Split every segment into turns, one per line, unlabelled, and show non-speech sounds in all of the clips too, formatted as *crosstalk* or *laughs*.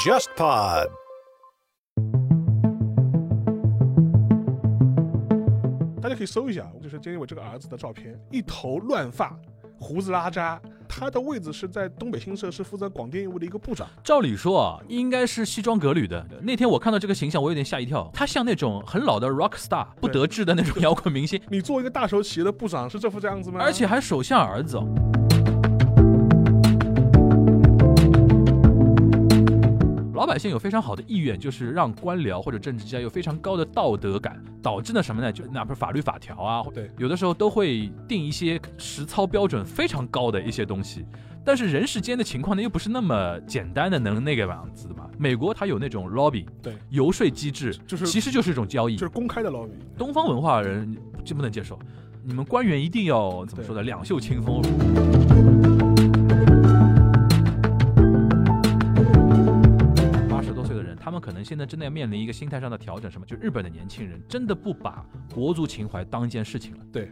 JustPod。
大家可以搜一下，就是今天我这个儿子的照片，一头乱发，胡子拉碴。他的位置是在东北新社，是负责广电业务的一个部长。
照理说啊，应该是西装革履的。那天我看到这个形象，我有点吓一跳。他像那种很老的 rock star，不得志的那种摇滚明星，
你做一个大手企业的部长是这副样子吗？
而且还首相儿子哦。老百姓有非常好的意愿，就是让官僚或者政治家有非常高的道德感，导致呢什么呢？就哪怕法律法条啊，或
对
有的时候都会定一些实操标准非常高的一些东西。但是人世间的情况呢，又不是那么简单的能那个样子的嘛。美国它有那种 lobby，
对，
游说机制，
就是
其实就是一种交易
就。是公开的 lobby，
东方文化人就不能接受，你们官员一定要怎么说呢？两袖清风。八十多岁的人，他们可能现在真的要面临一个心态上的调整，什么？就日本的年轻人真的不把国足情怀当一件事情了。
对。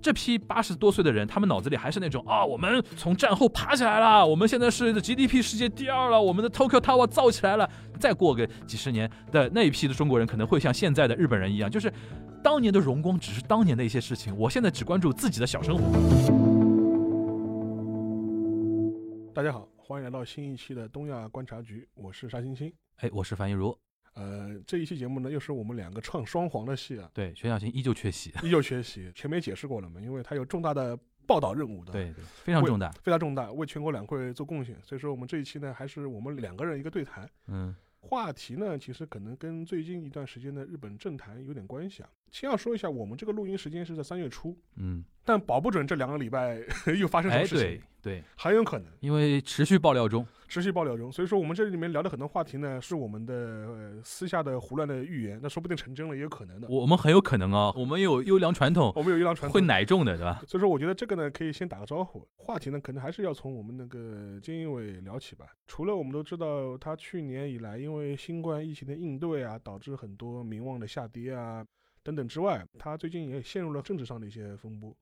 这批八十多岁的人，他们脑子里还是那种啊，我们从战后爬起来了，我们现在是 GDP 世界第二了，我们的 Tokyo Tower 造起来了。再过个几十年的那一批的中国人，可能会像现在的日本人一样，就是当年的荣光只是当年的一些事情，我现在只关注自己的小生活。
大家好，欢迎来到新一期的东亚观察局，我是沙欣欣。
哎，我是樊一茹，
呃，这一期节目呢，又是我们两个创双簧的戏啊，
对，全小新依旧缺席，
依旧缺席。前面解释过了嘛，因为他有重大的报道任务的，，
对对，非常重大。
非常重大，为全国两会做贡献。所以说我们这一期呢，还是我们两个人一个对谈。
嗯，
话题呢，其实可能跟最近一段时间的日本政坛有点关系啊。先要说一下，我们这个录音时间是在三月初，
嗯，
但保不准这两个礼拜 *laughs* 又发生什
哎，
么事情，
对对，
很有可能
因为持续爆料中，
持续爆料中。所以说，我们这里面聊的很多话题呢，是我们的、呃、私下的胡乱的预言，那说不定成真了，也有可能的。
我我们很有可能哦，我们有优良传统，
我们有一辆传
会
统。
奶种的，对吧？
所以说，我觉得这个呢，可以先打个招呼。话题呢，可能还是要从我们那个菅义伟聊起吧。除了我们都知道，他去年以来因为新冠疫情的应对啊，导致很多民望的下跌啊等等之外，他最近也陷入了政治上的一些风波。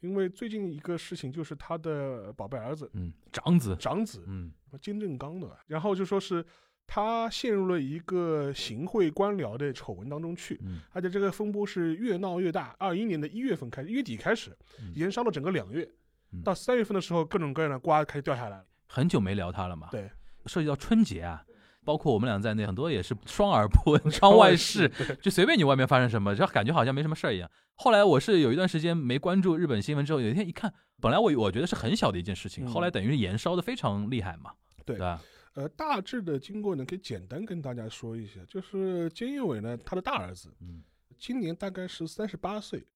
因为最近一个事情就是他的宝贝儿子
嗯，长子，
长子
嗯，
金正刚的，然后就说是他陷入了一个行贿官僚的丑闻当中去。
嗯
而且这个风波是越闹越大，二一年的一月份开始，一月底开始
嗯，
延烧了整个两月，
嗯
到三月份的时候，各种各样的瓜开始掉下来了。
很久没聊他了嘛。
对，
涉及到春节啊。包括我们俩在内，很多也是双耳不 *laughs* 闻窗外事，就随便你外面发生什么，就感觉好像没什么事儿一样。后来我是有一段时间没关注日本新闻，之后有一天一看，本来我我觉得是很小的一件事
嗯
情，后来等于是延烧的非常厉害嘛，
对
吧？
呃，大致的经过呢，可以简单跟大家说一下，就是菅义伟呢，他的大儿子
嗯
今年大概是三十八岁，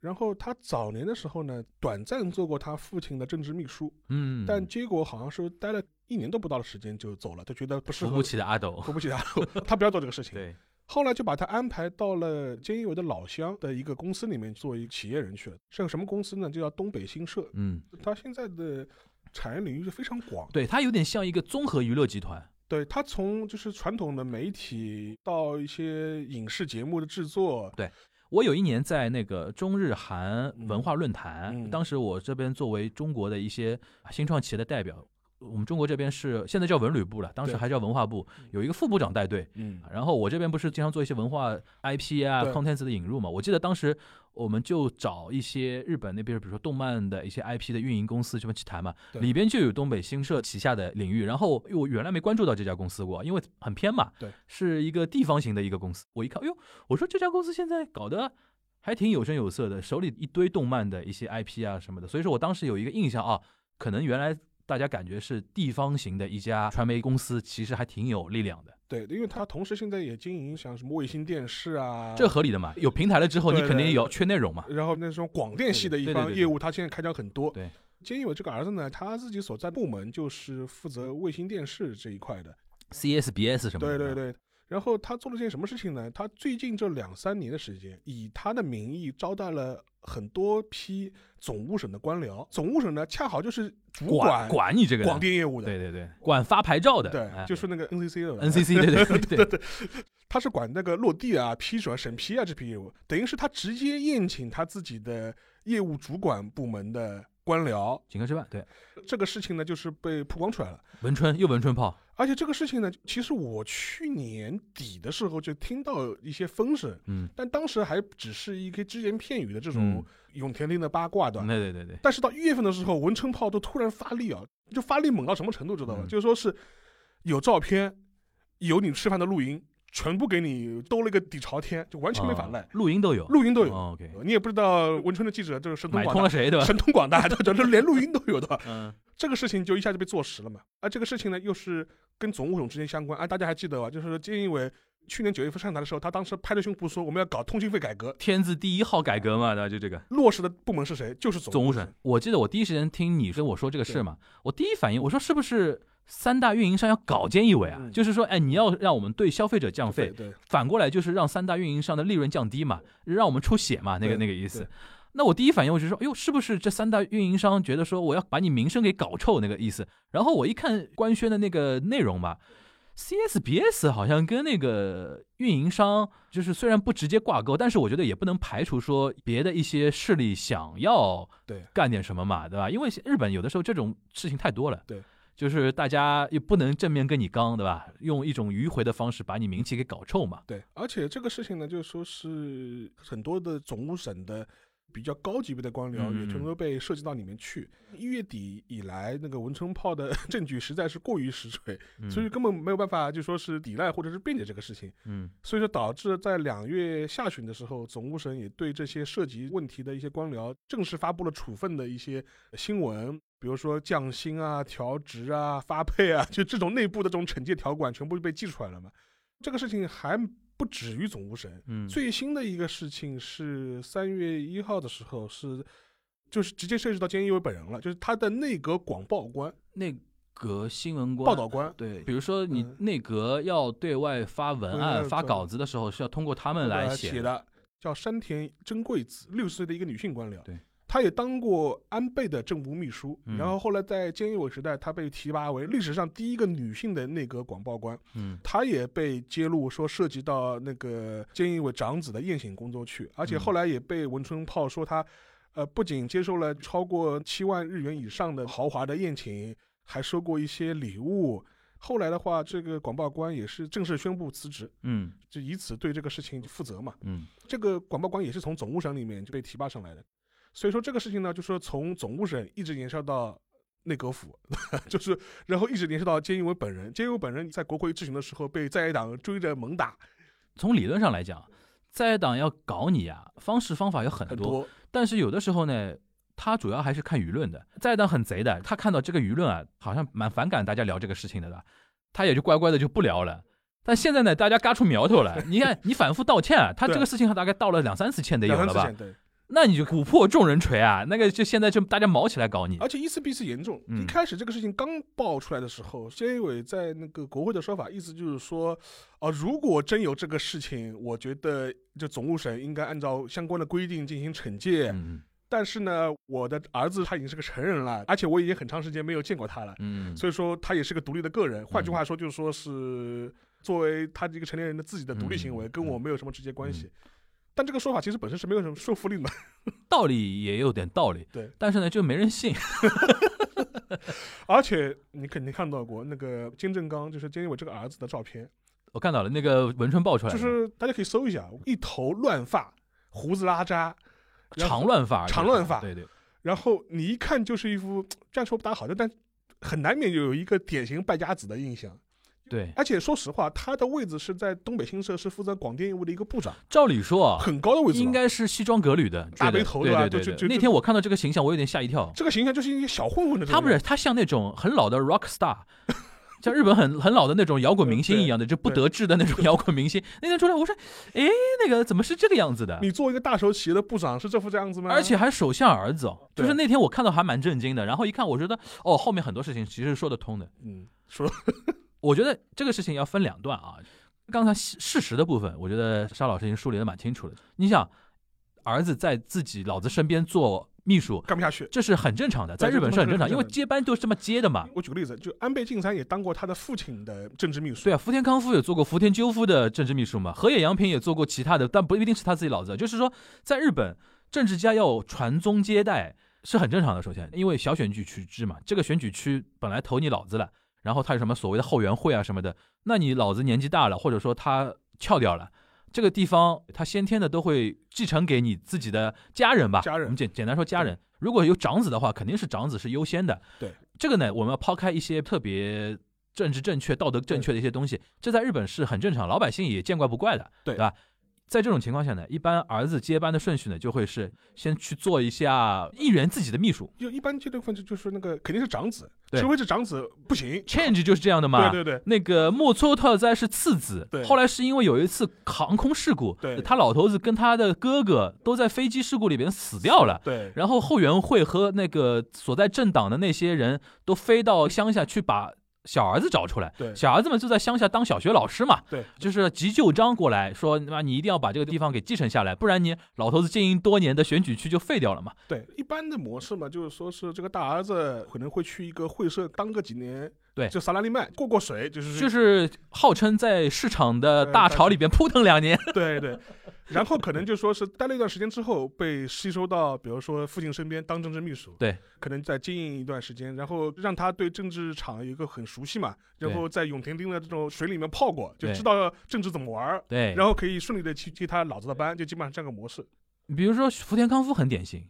然后他早年的时候呢，短暂做过他父亲的政治秘书，
嗯，
但结果好像是待了一年都不到的时间就走了，他觉得不适
扶
合，
不起的阿斗，
扶不起他， *laughs* 他不要做这个事情。
*laughs* 对，
后来就把他安排到了菅义伟的老乡的一个公司里面做一个企业人去了。是个什么公司呢？就叫东北新社。
嗯，
他现在的产业领域是非常广，
对他有点像一个综合娱乐集团，
对他从就是传统的媒体到一些影视节目的制作，
我有一年在那个中日韩文化论坛，
嗯嗯
当时我这边作为中国的一些新创企业的代表，我们中国这边是现在叫文旅部了，当时
对
还叫文化部，有一个副部长带队。
嗯
然后我这边不是经常做一些文化 IP 啊、
对
contents 的引入嘛？我记得当时我们就找一些日本那边，比如说动漫的一些 IP 的运营公司这边去谈嘛，
对
里边就有东北新社旗下的领域。然后因为我原来没关注到这家公司过，因为很偏嘛，
对，
是一个地方型的一个公司。我一看，哎呦，我说这家公司现在搞得。还挺有声有色的，手里一堆动漫的一些 IP 啊什么的，所以说我当时有一个印象啊，可能原来大家感觉是地方型的一家传媒公司，其实还挺有力量的。
对，因为他同时现在也经营像什么卫星电视啊，
这合理的嘛？有平台了之后，你
对
肯定
对
有缺内容嘛。
然后那种广电系的一
对对对
方
对对
业务，他现在开张很多。
对，
菅义伟这个儿子呢，他自己所在部门就是负责卫星电视这一块的。
CSBS 什么
对对
的，
对。然后他做了件什么事情呢？他最近这两三年的时间，以他的名义招待了很多批总务省的官僚。总务省呢，恰好就是主
管管你这个的
广，电业务的，
对对对，管发牌照的，哎
对，就是那个 NCC 的吧
NCC，对对对对，
他是管那个落地啊、批准、审批啊这批业务，等于是他直接宴请他自己的业务主管部门的官僚。
请客吃饭，对，
这个事情呢，就是被曝光出来了。
文春又文春炮，
而且这个事情呢，其实我去年底的时候就听到一些风声，
嗯，
但当时还只是一个只言片语的这种
嗯
永田町的八卦的。
对对对对，
但是到一月份的时候，文春炮都突然发力啊，就发力猛到什么程度，知道吧？
嗯
就是说是有照片，有你吃饭的录音，全部给你兜了个底朝天，就完全没法赖
啊，录音都有，
录音都有。
哦 OK，
你也不知道文春的记者就是神通
买
广
通
大，
了谁对吧？
神通广大，对这连录音都有的。 *laughs*
嗯
这个事情就一下就被坐实了嘛。啊，这个事情呢又是跟总务省之间相关啊，大家还记得吧？就是菅义伟去年九月份上台的时候，他当时拍着胸脯说我们要搞通信费改革，
天字第一号改革嘛，对吧？就这个
落实的部门是谁？就是总
总务
务
省。我记得我第一时间听你跟我说这个事嘛，我第一反应我说是不是三大运营商要搞菅义伟啊？
嗯
就是说，哎，你要让我们对消费者降
对
费，
对，
反过来就是让三大运营商的利润降低嘛，让我们出血嘛，那个
对
那个意思
对。
那我第一反应我就说，哎呦，是不是这三大运营商觉得说我要把你名声给搞臭那个意思？然后我一看官宣的那个内容嘛，CSBS 好像跟那个运营商就是虽然不直接挂钩，但是我觉得也不能排除说别的一些势力想要
对
干点什么嘛，对吧？因为日本有的时候这种事情太多了，
对。
就是大家也不能正面跟你刚，对吧？用一种迂回的方式把你名气给搞臭嘛。
对，而且这个事情呢，就是说是很多的总务省的比较高级别的官僚
嗯
也全都被涉及到里面去。一月底以来，那个文春炮的 *laughs* 证据实在是过于实锤，
嗯
所以根本没有办法就说是抵赖或者是辩解这个事情。
嗯
所以说导致在两月下旬的时候，总务省也对这些涉及问题的一些官僚正式发布了处分的一些新闻，比如说降薪啊、调职啊、发配啊，就这种内部的这种惩戒条款全部被记出来了嘛。这个事情还不止于总务省，
嗯，
最新的一个事情是三月一号的时候是。就是直接涉及到菅义伟本人了，就是他的内阁广报官、
内阁新闻官
报道官，
对，比如说你
嗯
内阁要对外发文案、
嗯
发
对
稿子的时候，是要通过他们来
呃
写
写
的。
的，叫山田真贵子，六十岁的一个女性官僚。
对，
她也当过安倍的政务秘书，
嗯
然后后来在菅义伟时代，她被提拔为历史上第一个女性的内阁广报官。
嗯
她也被揭露说涉及到那个菅义伟长子的宴请工作去，而且
嗯
后来也被文春炮说她，呃，不仅接受了超过七万日元以上的豪华的宴请，还收过一些礼物。后来的话，这个广报官也是正式宣布辞职。
嗯
就以此对这个事情负责嘛。
嗯
这个广报官也是从总务省里面就被提拔上来的，所以说这个事情呢，就说从总务省一直延烧到内阁府， *laughs* 就是然后一直延烧到菅义伟本人。菅义伟本人在国会质询的时候被在野党追着猛打
从理论上来讲，在野党要搞你啊，方式方法有很
很
多，
多，
但是有的时候呢。他主要还是看舆论的，在野党很贼的，他看到这个舆论啊，好像蛮反感大家聊这个事情的吧，他也就乖乖的就不聊了。但现在呢，大家嘎出苗头来，你看你反复道歉啊，他这个
*laughs* 对
事情大概道了两三次歉得有
两三
了
次
吧
前？对，
那你就鼓破众人锤啊！那个就现在就大家毛起来搞你。
而且一次比一次严重。
嗯
一开始这个事情刚爆出来的时候，菅义伟在那个国会的说法，意思就是说，啊，如果真有这个事情，我觉得就总务省应该按照相关的规定进行惩戒。
嗯
但是呢，我的儿子他已经是个成人了，而且我已经很长时间没有见过他了，
嗯，
所以说他也是个独立的个人。换句话说，就是说是作为他这个成年人的自己的独立行为，
嗯
跟我没有什么直接关系。但这个说法其实本身是没有什么说服力的嘛。
嗯道理也有点道理，
对，
但是呢就没人信。 *laughs*
而且你肯定看到过那个金正刚，就是菅义伟这个儿子的照片，
我看到了那个文春爆出来
就
了，
是大家可以搜一下，一头乱发，胡子拉碴，然后
长乱发，
长乱发
对对，
然后你一看就是一副这样说不大好，但但很难免有一个典型败家子的印象。
对，
而且说实话，他的位置是在东北新社，是负责广电业务的一个部长，
照理说啊，
很高的位置了。
应该是西装革履的
大背头
对
对吧
对对
就就
对。
就
那天我看到这个形象，我有点吓一跳。
这个形象就是一个小混混的这种
他不是，他像那种很老的 rock star。像日本很很老的那种摇滚明星一样的，就不得志的那种摇滚明星。那天出来，我说，哎，那个怎么是这个样子的？
你作为一个大手企业的部长是这副这样子吗？
而且还首相儿子哦，就
啊对
是那天我看到还蛮震惊的，然后一看我觉得哦，后面很多事情其实说得通的。
嗯，说
我觉得这个事情要分两段啊，刚才事事实的部分，我觉得沙老师已经梳理的蛮清楚了。你想，儿子在自己老子身边做秘书，
干不下去。
这是很正常的，在
对
日本是很正常，
这
因
这
为接班都是这么接的嘛。
我举个例子，就安倍晋三也当过他的父亲的政治秘书，
对啊，福田康夫也做过福田赳夫的政治秘书嘛，河野洋平也做过其他的，但不一定是他自己老子。就是说，在日本，政治家要传宗接代，是很正常的。首先，因为小选举区制嘛，这个选举区本来投你老子了，然后他有什么所谓的后援会啊什么的，那你老子年纪大了，或者说他翘掉了，这个地方他先天的都会继承给你自己的家人吧？
家人
我们简简单说家人。如果有长子的话，肯定是长子是优先的。
对，
这个呢，我们要抛开一些特别政治正确、道德正确的一些东西，这在日本是很正常，老百姓也见怪不怪的，
对
吧？在这种情况下呢，一般儿子接班的顺序呢，就会是先去做一下议员自己的秘书
就一般阶段分就就是那个肯定是长子，
对
除非是长子不行。
，change 就是这样的嘛。
对对对，
那个莫佐特哉是次子
对，
后来是因为有一次航空事故
对，
他老头子跟他的哥哥都在飞机事故里边死掉了。
对
然后后援会和那个所在政党的那些人都飞到乡下去把小儿子找出来。
对
小儿子们就在乡下当小学老师嘛，
对，
就是急救章过来说，那你一定要把这个地方给继承下来，不然你老头子经营多年的选举区就废掉了嘛。
对，一般的模式嘛，就是说是这个大儿子可能会去一个会社当个几年，
对
就萨拉利曼过过水，就是
就是号称在市场的大潮里边扑腾两年，
*laughs* 对对，然后可能就说是待了一段时间之后被吸收到，比如说父亲身边当政治秘书，
对，
可能在经营一段时间，然后让他对政治场有一个很熟悉嘛，然
对
后在永田町的这种水里面泡过，就
对
知道政治怎么玩儿，
对。
然后可以顺利的去接他老子的班，就基本上这样个模式。
比如说福田康夫很典型，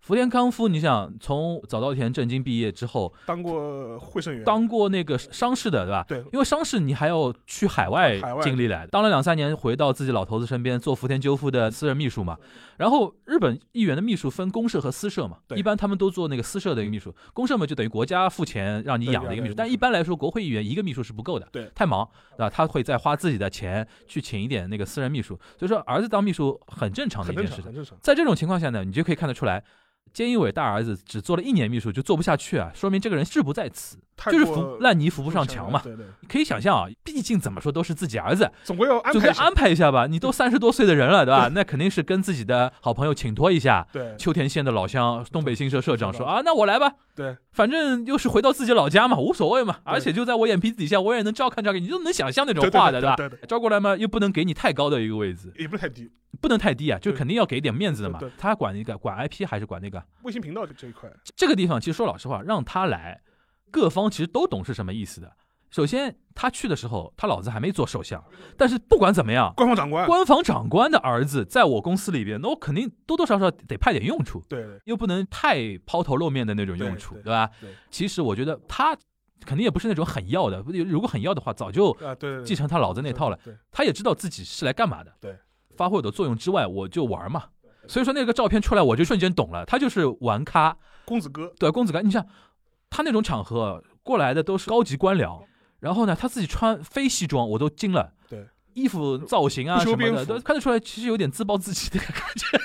福田康夫，你想从早稻田政经毕业之后，
当过会社员，
当过那个商事的，对吧？
对
因为商事你还要去海外
海外
经历来，当了两三年，回到自己老头子身边做福田赳夫的私人秘书嘛。然后日本议员的秘书分公社和私社嘛，
对
一般他们都做那个私社的一个秘书，公社嘛就等于国家付钱让你
对
养的一个
养的一个秘
秘书
书，
但一般来说国会议员一个秘书是不够的，
对
太忙，对吧？他会再花自己的钱去请一点那个私人秘书，所以说儿子当秘书很正常的
很
一
正
件
常，
事情
很。正常。
在这种情况下呢，你就可以看得出来。菅义伟大儿子只做了一年秘书就做不下去啊，说明这个人志不在此。
太
就是
过
扶烂泥扶不上墙嘛。
对对，
你可以想象啊，毕竟怎么说都是自己儿子，
总归要安
总
排
得
一下。
安排一下吧。你都三十多岁的人了，对吧？那肯定是跟自己的好朋友请托一下。
对
秋田县的老乡东北新社社长
是
说
吧
啊，那我来吧，
对
反正又是回到自己老家嘛，无所谓嘛。
对
而且就在我眼皮子底下，我也能照看照看，你就能想象那种
对
话
对
的，
对
吧？
对对，
招过来嘛，又不能给你太高的一个位置，
也不是太低。
不能太低啊，就
对
肯定要给点面子的嘛
对对。
他管那个管 IP 还是管那个？
卫星频道这一块，
这个地方其实说老实话，让他来，各方其实都懂是什么意思的。首先，他去的时候，他老子还没做首相，但是不管怎么样，
官方长官，
官房长官的儿子在我公司里边，那我肯定多多少少得派点用处，
对对
又不能太抛头露面的那种用处，
对对
对吧
对？
其实我觉得他肯定也不是那种很要的，如果很要的话，早就
啊，对对对
继承他老子那套了。
嗯对，
他也知道自己是来干嘛的，
对，
发挥我的作用之外，我就玩嘛。所以说那个照片出来，我就瞬间懂了，他就是玩咖，
公子哥，
对，公子哥，你想他那种场合过来的都是高级官僚，然后呢，他自己穿非西装，我都惊了。
对，
衣服造型啊
不
什
修
么
边
的，
幅
都看得出来，其实有点自暴自弃的，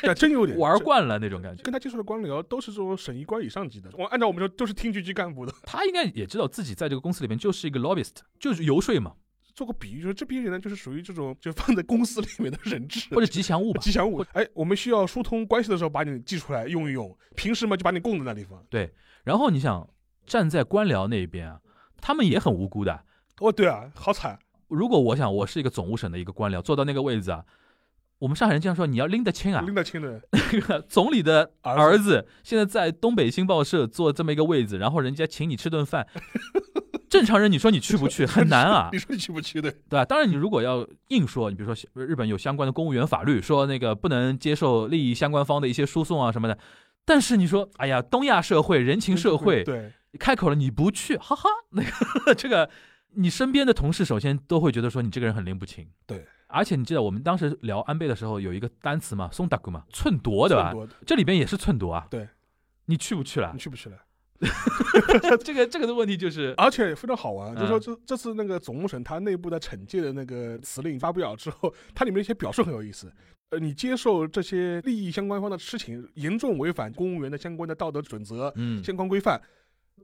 那哎真有点
*laughs* 玩
这
惯了那种感觉。
跟他接触的官僚都是这种省一官以上级的，我按照我们说都是厅局级干部的。
他应该也知道自己在这个公司里面就是一个 lobbyist，就是游说嘛，
做个比喻，就是这批人呢，就是属于这种就放在公司里面的人质
或者吉祥物吧。
*laughs* 吉祥物。哎，我们需要疏通关系的时候把你寄出来用一用，平时嘛就把你供在那地方。
然后你想站在官僚那边啊，他们也很无辜的。
哦，对啊，好惨，
如果我想我是一个总务省的一个官僚，坐到那个位置啊，我们上海人经常说你要拎得清啊，
拎得清的
*laughs* 总理的儿
子，
子现在在东北新报社做这么一个位置，然后人家请你吃顿饭， *laughs* 正常人你说你去不去很难
*laughs*
啊
你，说你去不去的？
对吧？当然你如果要硬说，你比如说日本有相关的公务员法律，说那个不能接受利益相关方的一些输送啊什么的。但是你说，哎呀，东亚社会、人情社会
对
开口了，你不去，哈 *laughs* 哈，那个这个，你身边的同事首先都会觉得说你这个人很拎不清。
对，
而且你记得我们当时聊安倍的时候，有一个单词嘛，松达古嘛，寸夺
对
对吧？这里边也是寸夺啊。
对，
你去不去了
*laughs* 你？去不去了？
这个这个的问题
*laughs*
就是，
而且非常好玩，
嗯
就是说这这次那个总务省它内部的惩戒的那个辞令发布了之后，它里面一些表述很有意思。呃，你接受这些利益相关方的痴情，严重违反公务员的相关的道德准则、
嗯，
相关规范，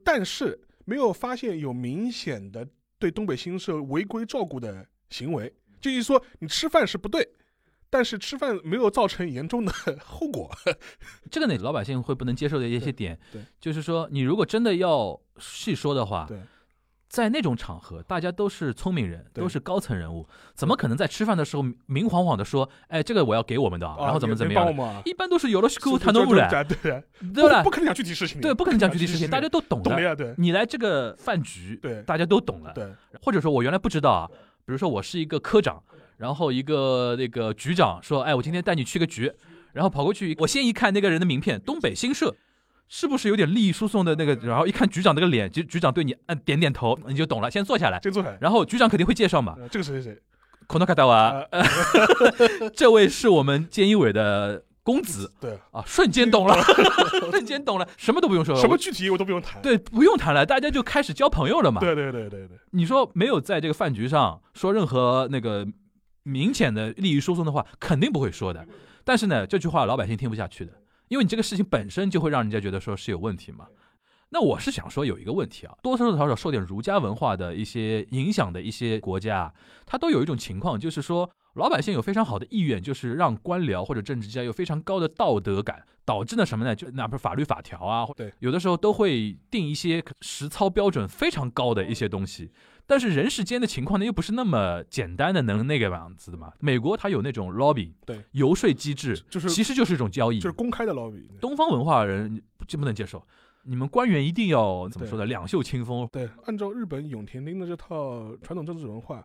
但是没有发现有明显的对东北新社违规照顾的行为，就是说你吃饭是不对，但是吃饭没有造成严重的 *laughs* 后果。
这个呢，老百姓会不能接受的一些点，
对对
啊就是说，你如果真的要细说的话，
对
在那种场合，大家都是聪明人，
对
都是高层人物，怎么可能在吃饭的时候明晃晃的说，哎，这个我要给我们的啊，
啊
然后怎么怎么
有
样
人？帮我忙啊？
一般都是有了沟谈
就
都不来，
就就啊对
对不
不
对
不？可能讲具体事情的，
对，不可能讲具体事情，
不
大
可能讲具体事情
家都懂
懂的
的。
呀，对
你来这个饭局，
对
大家都懂了。
对
或者说我原来不知道啊，比如说我是一个科长，然后一个那个局长说，哎，我今天带你去个局，然后跑过去，我先一看那个人的名片，东北新社。是不是有点利益输送的那个？然后一看局长那个脸，局局长对你按点点头，你就懂了。先坐下来，
这个坐下来，
然后局长肯定会介绍嘛。
呃这个谁谁谁
孔诺卡达瓦，
啊？
*laughs* 这位是我们监一委的公子
对，
啊，瞬间懂了， *laughs* 瞬间懂了，什么都不用说了，
嗯什么
呃我
具体我都不用谈，
对，不用谈了，大家就开始交朋友了嘛。嗯
对对对对对，
你说没有在这个饭局上说任何那个明显的利益输送的话，肯定不会说的。但是呢，这句话老百姓听不下去的，因为你这个事情本身就会让人家觉得说是有问题嘛。那我是想说有一个问题啊，多多少少受点儒家文化的一些影响的一些国家，啊它都有一种情况，就是说老百姓有非常好的意愿，就是让官僚或者政治家有非常高的道德感，导致呢什么呢？就哪怕法律法条啊，或
对
有的时候都会定一些实操标准非常高的一些东西。但是人世间的情况呢，又不是那么简单的能那个样子的嘛。美国它有那种 lobby，
对，
游说机制，
就是
其实就是一种交易。
就是公开的 lobby，
东方文化人就不能接受，你们官员一定要怎么说呢？两袖清风，
对，按照日本永田町的这套传统政治文化，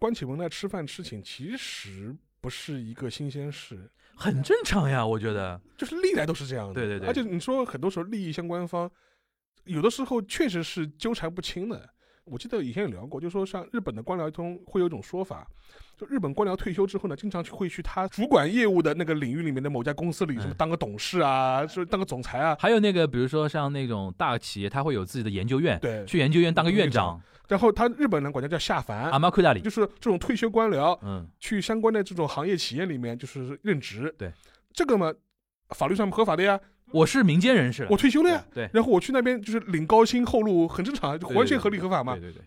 关起门来吃饭吃请其实不是一个新鲜事，
很正常呀，我觉得。
就是历来都是这样的。
对对对
而且你说很多时候利益相关方，有的时候确实是纠缠不清的。我记得以前有聊过，就说像日本的官僚中会有一种说法，就日本官僚退休之后呢，经常去会去他主管业务的那个领域里面的某家公司里，什么
嗯
当个董事啊，就是当个总裁啊，
还有那个，比如说像那种大企业，它会有自己的研究院，
对。
去研究院当个院长，
然后他日本人管他叫下凡，
阿玛库大里，
就是这种退休官僚，
嗯，
去相关的这种行业企业里面就是任职。
对，
这个嘛，法律上合法的呀，
我是民间人士，
我退休了呀。
对
然后我去那边就是领高薪厚禄，很正常啊，就
对
完全合理合法嘛
对。对对，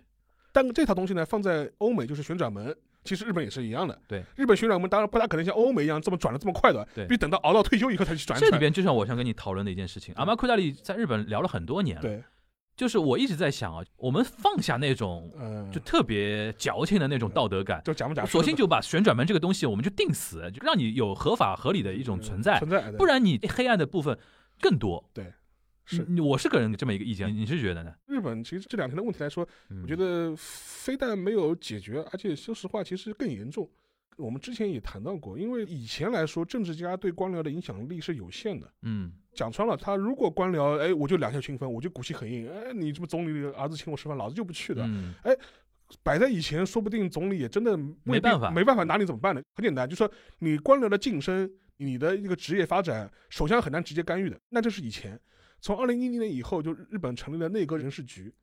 但这套东西呢，放在欧美就是旋转门，其实日本也是一样的。
对，
日本旋转门当然不大可能像欧美一样这么转的这么快的，
对
必须等到熬到退休以后才去转
这
转。
里边就像我想跟你讨论的一件事情，阿玛库大里在日本聊了很多年了，
对，
就是我一直在想啊，我们放下那种
嗯，
就特别矫情的那种道德感。
就讲不讲，
索性就把旋转门这个东西，我们就定死，就让你有合法合理的一种嗯存在，
存在，对
不然你黑暗的部分更多。
是
你我是个人这么一个意见，你是觉得呢？
日本。其实这两天的问题来说，
我
我觉得非但没有解决，而且说实话，其实更严重。我们之前也谈到过，因为以前来说，政治家对官僚的影响力是有限的。
嗯，
讲穿了，他如果官僚，哎，我就两袖清风，我就骨气很硬，哎，你什么总理的儿子请我吃饭，老子就不去的。
嗯，
摆在以前，说不定总理也真的未
没
必
办法
没办法拿你怎么办呢？很简单，就说你官僚的晋升，你的一个职业发展，首相很难直接干预的。那这是以前，从二零一零年以后，就日本成立了内阁人事局。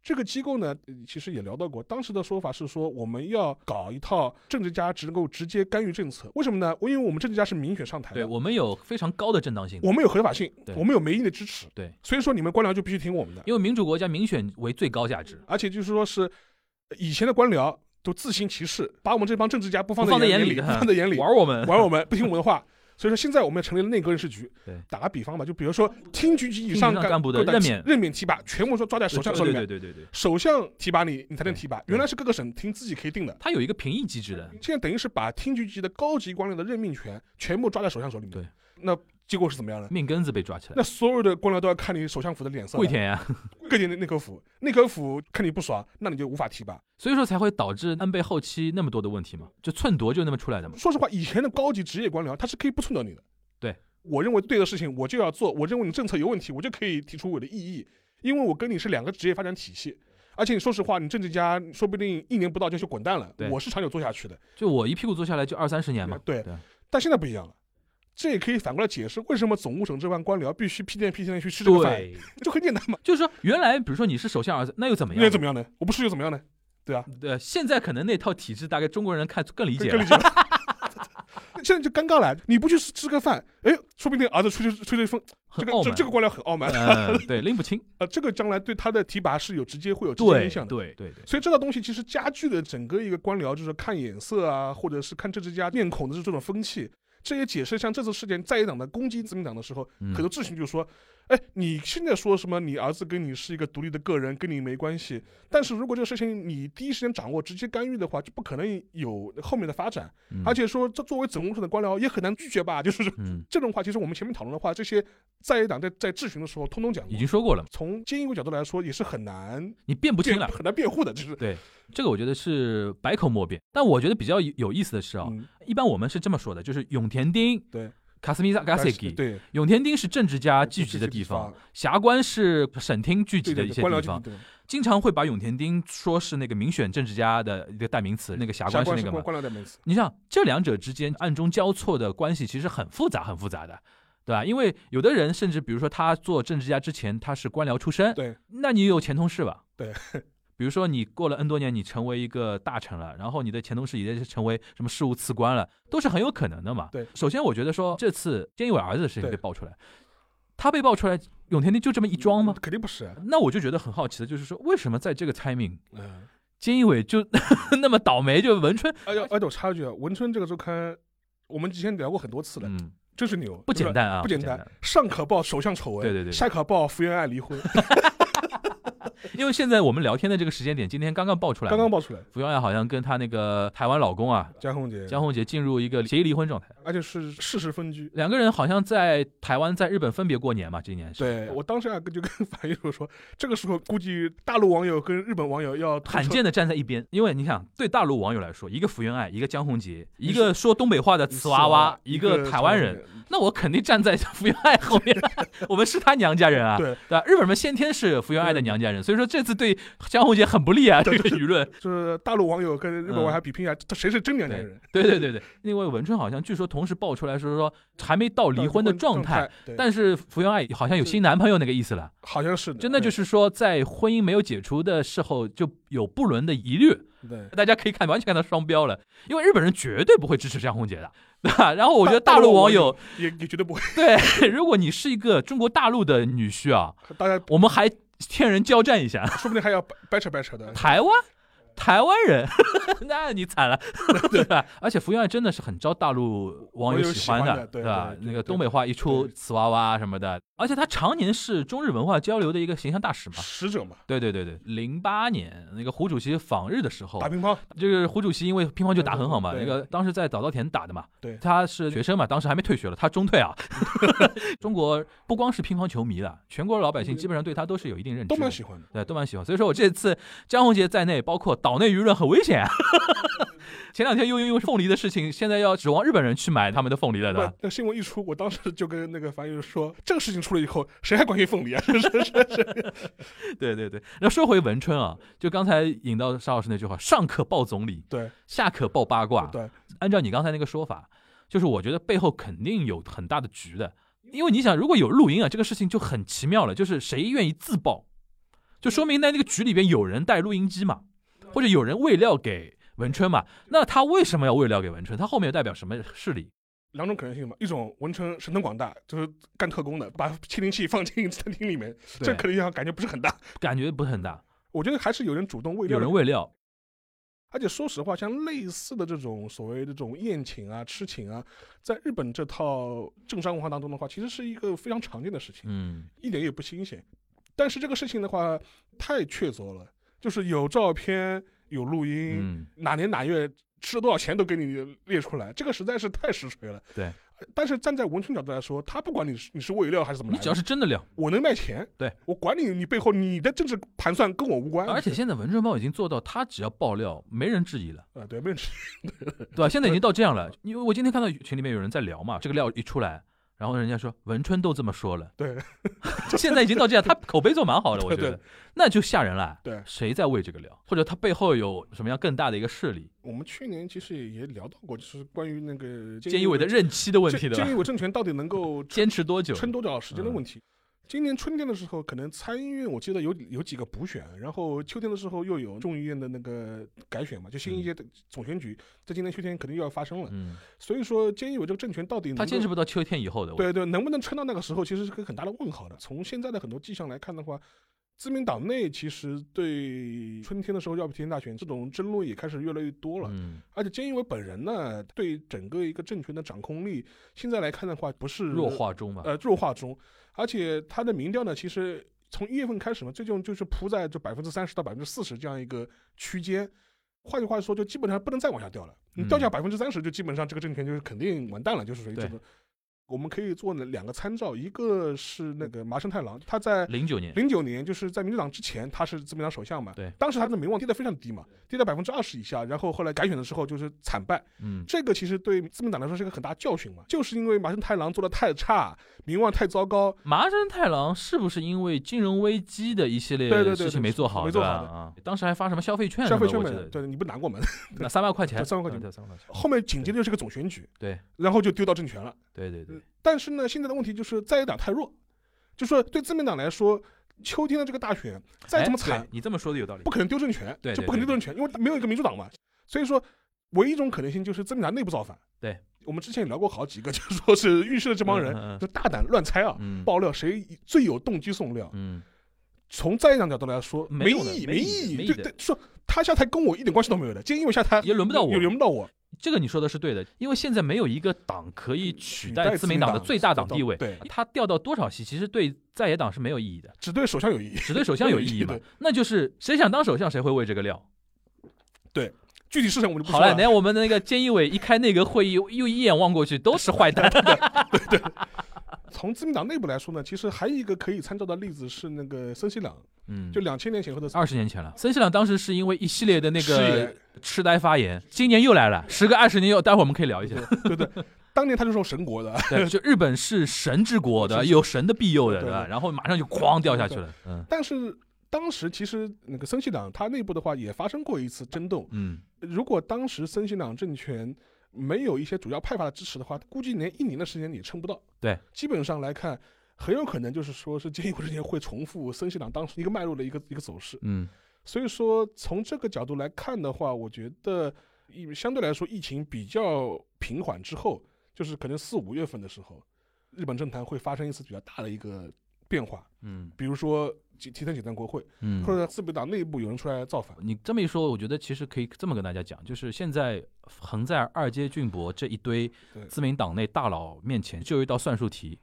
这个机构呢，呃其实也聊到过，当时的说法是说，我们要搞一套政治家只能够直接干预政策，为什么呢？因为我们政治家是民选上台
对
的，
我们有非常高的正当性，
我们有合法性
对，
我们有民意的支持，
对，
所以说你们官僚就必须听我们的。
因为民主国家民选为最高价值，
而且就是说是呃以前的官僚都自行其事，把我们这帮政治家不放
不放在
眼
眼里
里，不
哈
放在眼里，
玩我们，
玩我们，不听我们的话。所以说现在我们成立了内阁人事局
对，
打个比方吧，就比如说厅局级以
厅局上
干
干部的
各单
任免
任免提拔，全部说抓在首相手里
对对
面，
对对对，
首相提拔你，你才能提拔。
对
原来是各个省厅自己可以定的，
它有一个评议机制的，
现在等于是把厅局级的高级官僚的任命权全部抓在首相手里面。
对，
那结果是怎么样呢？
命根子被抓起来，
那所有的官僚都要看你首相府的脸色了，
跪舔呀， *laughs*
跪舔内阁府，内阁府看你不爽，那你就无法提拔。
所以说才会导致安倍后期那么多的问题嘛，就寸夺就那么出来的嘛，
说实话，以前的高级职业官僚他是可以不忖度你的。
对，
我认为对的事情我就要做，我认为你政策有问题，我就可以提出我的异议，因为我跟你是两个职业发展体系。而且你说实话，你政治家说不定一年不到就去滚蛋了
对，
我是长久做下去的。
就我一屁股坐下来就二三十年嘛，
对，但现在不一样了。这也可以反过来解释为什么总务省这帮官僚必须屁颠屁颠的去吃这个饭，
对，
就很简单嘛。
就是说原来比如说你是首相儿子，那又怎么样？
那怎么样呢？我不吃又怎么样呢？
对，现在可能那套体制，大概中国人看更理解
更
了
理。解了。 *laughs* 现在就尴尬了，你不去吃吃个饭，哎，说不定儿子吹吹吹吹风，这
很
个
傲
这
慢，
这个官僚很傲慢。
嗯，对，拎不
*laughs*
清，
呃，这个将来对他的提拔是有直接会有直接
对
影响的。
对对对，
所以这套东西其实加剧了整个一个官僚就是看眼色啊，或者是看政治家面孔的这种风气。这也解释像这次事件在野党的攻击自民党的时候，
嗯
很多质询就说，哎，你现在说什么？你儿子跟你是一个独立的个人，跟你没关系。但是如果这个事情你第一时间掌握、直接干预的话，就不可能有后面的发展。
嗯
而且说，这作为总务处的官僚也很难拒绝吧？就是
嗯，
这种话，其实我们前面讨论的话，这些在野党在在质询的时候通通讲过
已。经说过了，
从监狱角度来说，也是很难
你辩不
辩
清了。
很难辩护的，就是
对这个我觉得是百口莫辩。但我觉得比较有有意思的是啊、
嗯，
一般我们是这么说的，就是永田町
对
卡斯米萨卡
但
塞
是
基，
对
永田町是政治家聚集的地方，，霞关是审厅聚
对
集的
对
一
对
些
官僚
地
集体
方，
对
经常会把永田町说是那个民选政治家的一个代名词，那个霞
下
关是那个嘛
官。官僚的名词，
你想，这两者之间暗中交错的关系其实很复杂，很复杂的，对吧？因为有的人甚至，比如说他做政治家之前，他是官僚出身，
对，
那你有前同事吧？
对。
*laughs* 比如说，你过了 N 多年，你成为一个大臣了，然后你的前同事也成为什么事务次官了，都是很有可能的嘛。
对
首先我觉得说这次菅义伟儿子的事情
对
被爆出来，他被爆出来，永田町就这么一桩吗？
肯定不是啊，
那我就觉得很好奇的，就是说为什么在这个 timing，
嗯。
菅义伟就 *laughs* 那么倒霉，就文春，
哎呦，哎，我插一句啊，《文春》这个周刊，我们之前聊过很多次了，
嗯，
真是牛，
不
就是
简单啊，
不
不
简单，上可报首相丑闻，
对对对
下可报福原爱离婚，
因为现在我们聊天的这个时间点，今天刚刚爆出来嘛，
刚刚爆出来，
福原爱好像跟她那个台湾老公啊
江宏杰，
江宏杰进入一个协议离婚状态，
而且是事实分居。
两个人好像在台湾、在日本分别过年嘛，今年是
对我当时啊，就跟 *laughs* 樊一茹说，这个时候估计大陆网友跟日本网友要同仇
罕见的站在一边，因为你想，对大陆网友来说，一个福原爱，一个江宏杰，一个说东北话的瓷娃娃，一个台湾人，，那我肯定站在福原爱后面，我们是他娘家人啊， *laughs*
对
吧？日本人先天是福原爱的娘家人，所以说这次对江宏杰很不利啊，这个舆论。
就是大陆网友跟日本网友还比拼一下，这谁是真娘家人？
嗯对对对对，另外文春好像据说同时爆出来说说还没到离婚的状态，，
对
但是福原爱好像有新男朋友那个意思了，
好像是的，
真的就是说在婚姻没有解除的时候就有不伦的疑虑，
对对。
大家可以看完全看到双标了，因为日本人绝对不会支持江宏杰的， *laughs* 对吧？然后我觉得大陆网友，
也也绝对不会，
对， *laughs* 如果你是一个中国大陆的女婿啊，
大家
我们还天人交战一下，
说不定还要掰掰扯掰扯
*laughs*
的。
台湾。台湾
*laughs*
人，那你惨了， *laughs* 对吧？而且福原爱真的是很招大陆网友喜欢
网友喜欢的对
吧？
对对
那个
对
东北话一出，
对
瓷娃娃什么的，而且她常年是中日文化交流的一个形象大使嘛。
使者嘛，
对对对对，零八年那个胡主席访日的时候
打，乒乓，
就是胡主席因为乒乓球打很好嘛，
对
那
对对
个当时在早稻田打的嘛，
对
他是学生嘛，当时还没退学了，他中退啊。 *laughs* 中国不光是乒乓球迷了，全国老百姓基本上对他都是有一定认知
都
的，
蛮喜欢的。
对，都蛮喜欢。所以说我这次江宏杰在内，包括岛内舆论很危险、 *laughs* 啊。前两天又因为凤梨的事情，现在要指望日本人去买他们的凤梨了，对吧
不，？那新闻一出，我当时就跟那个樊宇说，这个事情出了以后，谁还关心凤梨啊？ *laughs* 是是是，
*laughs* 对对对。然后说回文春啊，就刚才引到沙老师那句话：上可报总理，
对
下可报八卦。
对，
按照你刚才那个说法，就是我觉得背后肯定有很大的局的，因为你想，如果有录音啊，这个事情就很奇妙了，就是谁愿意自曝，就说明在那个局里边有人带录音机嘛，或者有人喂料给文春嘛，那他为什么要喂料给文春？他后面又代表什么势力？
两种可能性嘛，一种文成神通广大，就是干特工的，把窃听器放进 *laughs* 餐厅里面，这
对
可能性感觉不是很大。
感觉不是很大，
我觉得还是有人主动喂料
有
的
人喂料，
而且说实话，像类似的这种所谓这种宴请啊、吃请啊，在日本这套政商文化当中的话，其实是一个非常常见的事情。
嗯，
一点也不新鲜。但是这个事情的话，太确凿了，就是有照片、有录音，
嗯，
哪年哪月吃了多少钱都给你列出来，这个实在是太实锤了。
对。
但是站在文春角度来说，他不管你是你是喂料还是怎么
你
来的，
只要是真的料，
我能卖钱，
对
我管你，你背后你的政治盘算跟我无关。
而且现在文春报已经做到，他只要爆料，没人质疑了。
啊、对，没人吃，*laughs*
对吧？现在已经到这样了，因为我今天看到群里面有人在聊嘛，这个料一出来，然后人家说文春都这么说了， *laughs*
对，
现在已经到这样，他口碑做蛮好的，我
对
觉
对
得， *laughs* 那就吓人了。
对
谁在喂这个料，或者他背后有什么样更大的一个势力？
我们去年其实也聊到过，就是关于那个
菅义伟的任期的问题，对
菅
吧
义？伟政权到底能够
坚持多久？
撑多少时间的问题。今年春天的时候，可能参议院我记得有有几个补选，然后秋天的时候又有众议院的那个改选嘛，就新一届的总选举，在今年秋天肯定又要发生了。
嗯，
所以说，菅义伟这个政权到底能
他
够
坚持不到秋天以后的。我，
对对，能不能撑到那个时候，其实是个很大的问号的。从现在的很多迹象来看的话，自民党内其实对春天的时候要不提前大选这种争论也开始越来越多了，
嗯，
而且菅义伟本人呢，对整个一个政权的掌控力，现在来看的话不是
弱化中嘛，
呃弱化中，而且他的民调呢，其实从一月份开始嘛，最终就是扑在这百分之三十到百分之四十这样一个区间。换句话说，就基本上不能再往下掉了。你掉下
嗯
百分之三十，就基本上这个政权就是肯定完蛋了，就是属于这
对
种。我们可以做呢两个参照，一个是那个麻生太郎，他在
零九年，
零九年就是在民主党之前，他是自民党首相嘛，
对
当时他的民望跌得非常低嘛，跌到百分之二十以下，然后后来改选的时候就是惨败，
嗯，
这个其实对自民党来说是一个很大教训嘛，就是因为麻生太郎做的太差，民望太糟糕，
麻生太郎是不是因为金融危机的一系列
对对对
事情没做好，
没做
对吧
好的
啊？当时还发什么消费券什
消
么的，
费券
我
嘛
记得，
对，你不拿过吗？
那三万块钱，嗯
对3万块钱哦
对，三万块钱，
后面紧接着就是个总选举，
对，
然后就丢到政权了。
对对对，
但是呢，现在的问题就是在野党太弱，就说对自民党来说，秋天的这个大选再怎么
哎
惨
对，你这么说的有道理
不，可能丢政权，
对对
就不可能丢政权，因为没有一个民主党嘛。所以说，唯一一种可能性就是自民党内部造反。
对，
我们之前也聊过好几个，就是说是预示了这帮人、
嗯嗯嗯
就大胆乱猜啊，
嗯
爆料谁最有动机送料。
嗯，
从再一党角度来说，
没有的
意义，
没
没
意义没
义。
意
对
义
对，说他下台跟我一点关系都没有的，就因为下台
也轮不到我
也轮不到我
这个你说的是对的，因为现在没有一个党可以取代自民党的最大党地位，
对，
他掉到多少席，其实对在野党是没有意
*laughs*
义的，
只对首相有意义。
只对首相有意义嘛
对。
那就是谁想当首相，谁会喂这个料。
具体事情我们就不
好
说
了，等下我们的那个菅义伟一开内阁会议，又一眼望过去都是
*laughs*
坏蛋。
从自民党内部来说呢，其实还有一个可以参照的例子是那个森西朗，
嗯，
就两千年前后的
二十年前了。森西朗当时是因为一系列的那
誓言
个痴呆发言，今年又来了，十个二十年又，待会儿我们可以聊一下。
对对，对，当年他就说神国的，
*laughs* 对，就日本是神之国的，
是是
有神的庇佑的，
对
对吧？
对
然后马上就哐掉下去了。嗯
但是当时其实那个森西党他内部的话也发生过一次争斗，
嗯，
如果当时森西党政权没有一些主要派阀的支持的话，估计连一年的时间也撑不到。
对，
基本上来看。很有可能就是说，是建议我之前会重复森西党当时一个脉络的一个一个走势，
嗯，
所以说从这个角度来看的话，我觉得疫相对来说疫情比较平缓之后，就是可能四五月份的时候，日本政坛会发生一次比较大的一个变化，
嗯
比如说提提前解散国会，
嗯
或者自民党内部有人出来造反，
你这么一说，我觉得其实可以这么跟大家讲，就是现在横在二阶俊博这一堆
对
自民党内大佬面前，就有一道算术题。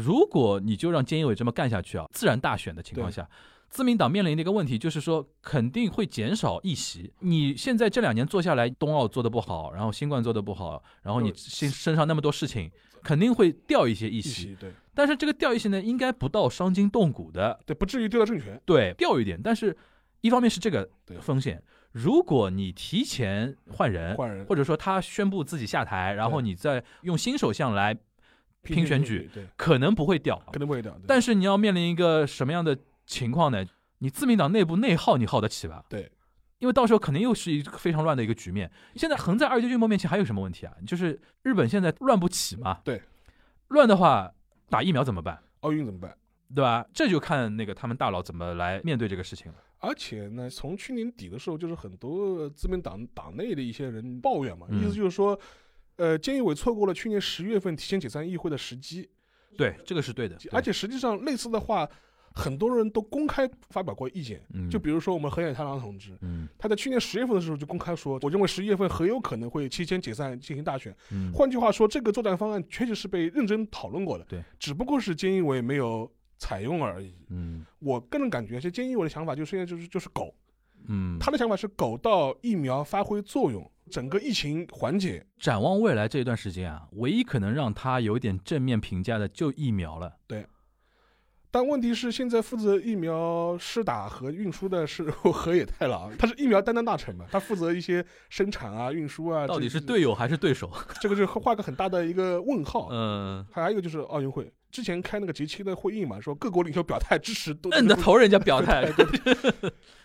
如果你就让菅义伟这么干下去啊，自然大选的情况
对
下，自民党面临的一个问题就是说，肯定会减少议席。你现在这两年做下来，冬奥做的不好，然后新冠做的不好，然后你
对
身身上那么多事情，肯定会掉一些议
一
席。
起对
但是这个掉议席呢，应该不到伤筋动骨的
对，不至于丢掉政权，
对掉一点，但是一方面是这个
对
风险，如果你提前换人，
换人
哎或者说他宣布自己下台，然后
对
你再用新首相来，拼选举
对，
可能不会掉。
可能不会掉，对
但是你要面临一个什么样的情况呢？你自民党内部内耗，你耗得起吧？
对。
因为到时候肯定又是一个非常乱的一个局面。现在横在二阶俊博面前还有什么问题啊？就是日本现在乱不起嘛。
对，
乱的话打疫苗怎么办？
奥运怎么办？
对吧？这就看那个他们大佬怎么来面对这个事情了。
而且呢，从去年底的时候，就是很多自民党党内的一些人抱怨嘛，
嗯
意思就是说，呃，菅义伟错过了去年十月份提前解散议会的时机，
对，这个是啊对的。
而且实际上类似的话，很多人都公开发表过意见。
嗯，
就比如说我们河野太郎同志，
嗯
他在去年十月份的时候就公开说，我认为十一月份很有可能会提前解散进行大选。
嗯
换句话说，这个作战方案确实是被认真讨论过的，
对，
只不过是菅义伟没有采用而已。
嗯
我个人感觉，是菅义伟的想法就是现在就是就是狗，
嗯，
他的想法是狗到疫苗发挥作用，整个疫情缓解。
展望未来这一段时间啊，唯一可能让他有一点正面评价的就疫苗
啊
了。
但问题是，现在负责疫苗施打和运输的是河野太郎，他是疫苗担当大臣嘛，他负责一些生产啊、运输啊。
到底
这
是队友还是对手？
这个是画个很大的一个问号。
*laughs* 嗯，
还有一个就是奥运会之前开那个 G 七的会议嘛，说各国领袖表态支持都
摁着头人家表态。
*laughs*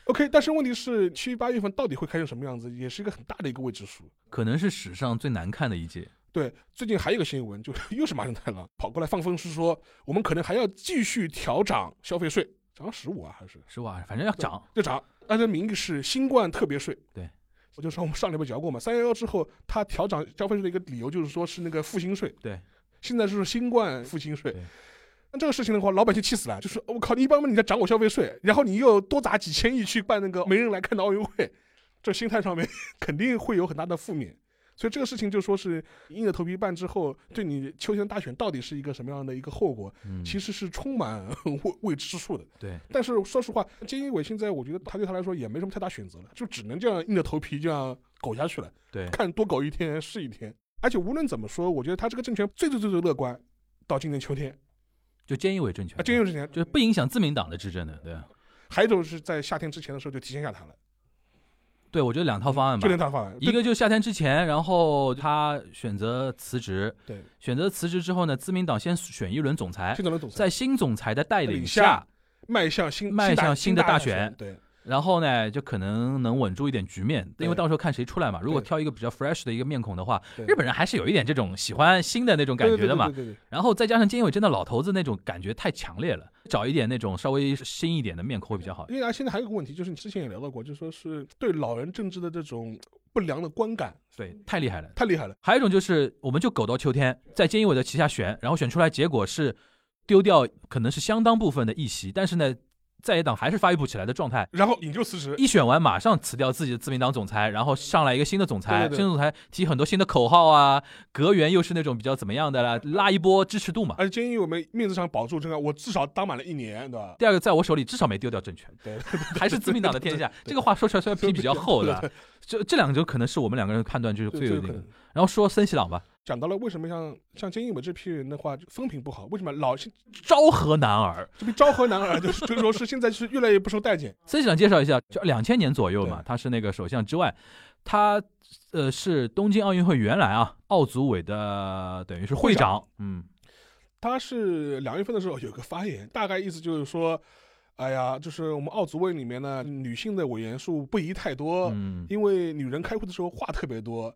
OK，但是问题是七八月份到底会开成什么样子，也是一个很大的一个未知数。
可能是史上最难看的一届。
对，最近还有一个新闻，就是 *laughs* 又是麻生太郎跑过来放风是说，我们可能还要继续调涨消费税，涨十五啊还是
是吧？反正要涨，
就涨，按照名义是新冠特别税。
对，
我就说我们上礼拜聊过嘛，三幺幺之后他调涨消费税的一个理由就是说是那个复兴税，
对，
现在就是新冠复兴税
对。
那这个事情的话，老百姓气死了，就是我靠，你一般你在涨我消费税，然后你又多砸几千亿去办那个没人来看的奥运会， *laughs* 这心态上面 *laughs* 肯定会有很大的负面。所以这个事情就说是硬着头皮办之后，对你秋天大选到底是一个什么样的一个后果，
嗯，
其实是充满 *laughs* 未未知之数的。
对，
但是说实话，菅义伟现在我觉得他对他来说也没什么太大选择了，就只能这样硬着头皮这样苟下去了。
对
看多苟一天是一天。而且无论怎么说，我觉得他这个政权最最最最乐观，到今年秋天
就菅义伟政权
啊，，今年之前，
就是不影响自民党的执政的，对吧
还有一种是在夏天之前的时候就提前下台了，
对，我觉得两套方案吧
就。连他法案，
嗯一个就夏天之前，然后他选择辞职，
对，
选择辞职之后呢，自民党先选一轮总裁
新，总的总裁
在新总裁的带领
带领
下
下，迈向新
迈向
新
新的
大
大
选，
选
对
然后呢，就可能能稳住一点局面，
对
因为到时候看谁出来嘛。如果
对
挑一个比较 fresh 的一个面孔的话，
对
日本人还是有一点这种喜欢新的那种感
对
觉的嘛。
对对对对对
然后再加上菅义伟真的老头子那种感觉太强烈了，找一点那种稍微新一点的面孔会比较好。
因为啊，现在还有一个问题，就是你之前也聊到过，就说是对老人政治的这种不良的观感
对，太厉害了。
太厉害了，
还有一种就是，我们就苟到秋天，在菅义伟的旗下选，然后选出来结果是丢掉可能是相当部分的议席，但是呢，在野党还是发育不起来的状态。
然后引咎辞职，
一选完马上辞掉自己的自民党总裁，然后上来一个新的总
对
裁，
对对
新的总裁提很多新的口号啊，阁员又是那种比较怎么样的啦，拉一波支持度嘛。
而且建议我们面子上保住这个，我至少当满了一年，对吧？
第二个，在我手里至少没丢掉政权，
对，
还是自民党的天下。
*laughs* 对
这个话说出来虽然皮比较厚的，这这两种可能是我们两个人判断就是
对
最
这有
有那
可
个
能。
然后说森喜朗吧，
讲到了为什么像像菅义伟这批人的话，风评不好，为什么老是
昭和男儿。
这不昭和男儿，啊就是 *laughs* 就是说是现在是越来越不受待见，
森喜朗介绍一下，就两千年左右嘛
对，
他是那个首相之外，他呃是东京奥运会原来啊奥组委的等于是会长，嗯，
他是两月份的时候有个发言，大概意思就是说，哎呀，就是我们奥组委里面呢，女性的委员数不宜太多，
嗯，
因为女人开会的时候话特别多，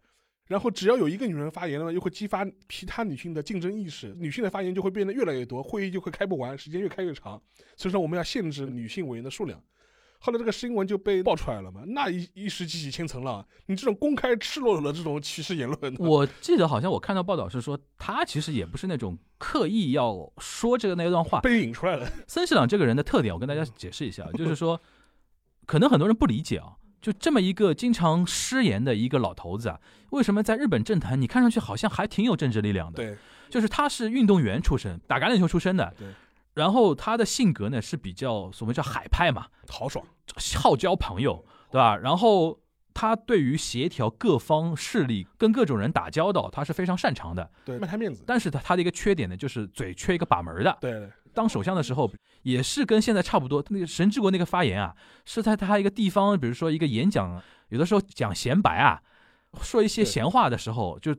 然后只要有一个女人发言了呢，又会激发其他女性的竞争意识，女性的发言就会变得越来越多，会议就会开不完，时间越开越长。所以说我们要限制女性委员的数量。后来这个新闻就被爆出来了嘛，那一一石激起千层浪，你这种公开赤裸裸的这种歧视言论，
我记得好像我看到报道是说，他其实也不是那种刻意要说这个那段话。
被引出来
*laughs*
了。
森喜朗这个人的特点，我跟大家解释一下，啊就是说，可能很多人不理解啊，就这么一个经常失言的一个老头子啊，为什么在日本政坛你看上去好像还挺有政治力量的？
对，
就是他是运动员出身，打橄榄球出身的。
对。
然后他的性格呢是比较所谓叫海派嘛，
豪爽，
好交朋友，对吧？然后他对于协调各方势力、跟各种人打交道，他是非常擅长的。
对，卖他面子，
但是他他的一个缺点呢，就是嘴缺一个把门儿的。
对对
当首相的时候，也是跟现在差不多。那个神之国那个发言啊，是在他一个地方，比如说一个演讲，有的时候讲闲白啊，说一些
对
闲话的时候，就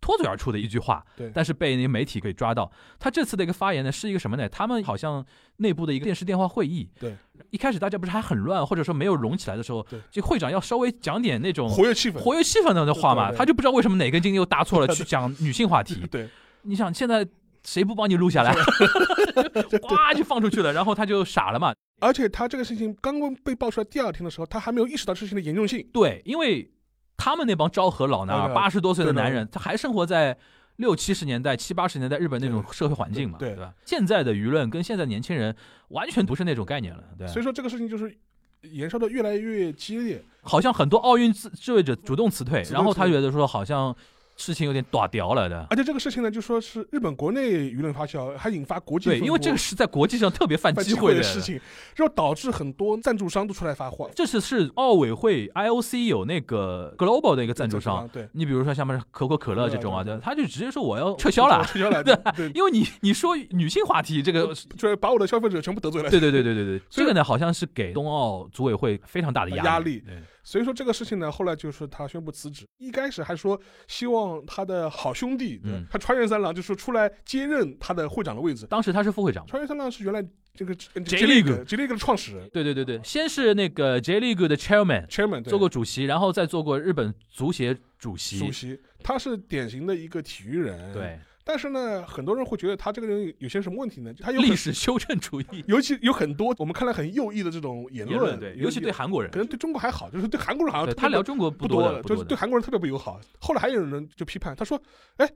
脱嘴而出的一句话，
对
但是被那个媒体给抓到。他这次的一个发言呢，是一个什么呢？他们好像内部的一个电视电话会议，
对，
一开始大家不是还很乱，或者说没有拢起来的时候
对，
就会长要稍微讲点那种
活跃气氛，
活跃气氛的话
对
嘛，
对对。
他就不知道为什么哪根筋又搭错了，去讲女性话题
对，
你想现在谁不帮你录下
*laughs*
来，呱就放出去了，然后他就傻了嘛。
而且他这个事情刚刚被爆出来第二天的时候，他还没有意识到事情的严重性，
对，因为他们那帮昭和老男
对
儿，
的
八十多岁的
对的
男人，他还生活在六七十年代、七八十年代日本那种社会环境嘛，
对对
吧？现在的舆论跟现在年轻人完全不是那种概念了，对。
所以说这个事情就是延烧的越来越激烈，
好像很多奥运自志愿者主动辞退，
主动
然后
辞
他
退啊
觉得说好像事情有点打掉了的。
而且这个事情呢，就说是日本国内舆论发酵，还引发国际
对，
风波
因为这个是在国际上特别犯
犯
忌
忌
讳
讳
的
的事。情，然后导致很多赞助商都出来发话。
这次是奥委会 IOC 有那个 global 的一个赞助商，
对
你比如说像什么可口可乐这种啊，
对
对，
对
他就直接说我要撤销
*laughs*
了，
撤销
*laughs*
了，对，
因为你你说女性话题这个，
就是把我的消费者全部得罪了。
对对对对对对，
呃 *laughs* 所以
这个呢好像是给冬奥组委会非常大的
压
压
力
对
所以说这个事情呢，后来就是他宣布辞职。一开始还说希望他的好兄弟，对
嗯
他川原三郎就是出来接任他的会长的位置。
当时他是副会长，
川原三郎是原来这个 J
League
J League 的创始人
对对对对，先是那个 J League 的 Chairman
，Chairman 对
做过主席，然后再做过日本足协主
主
席，
席，他是典型的一个体育人。，
对，
但是呢，很多人会觉得他这个人有有些什么问题呢？就 *laughs* 他有很
历史修正主义
尤其有很多我们看来很右翼的这种言
言论，对，
有
尤其对韩国人
可，能对中国还好，就是对韩国人好像
对
特别
他聊中国不
不多
的，不
就是
多
对
的，
韩国人特别不友好。后来还有人就批判，他说：“哎，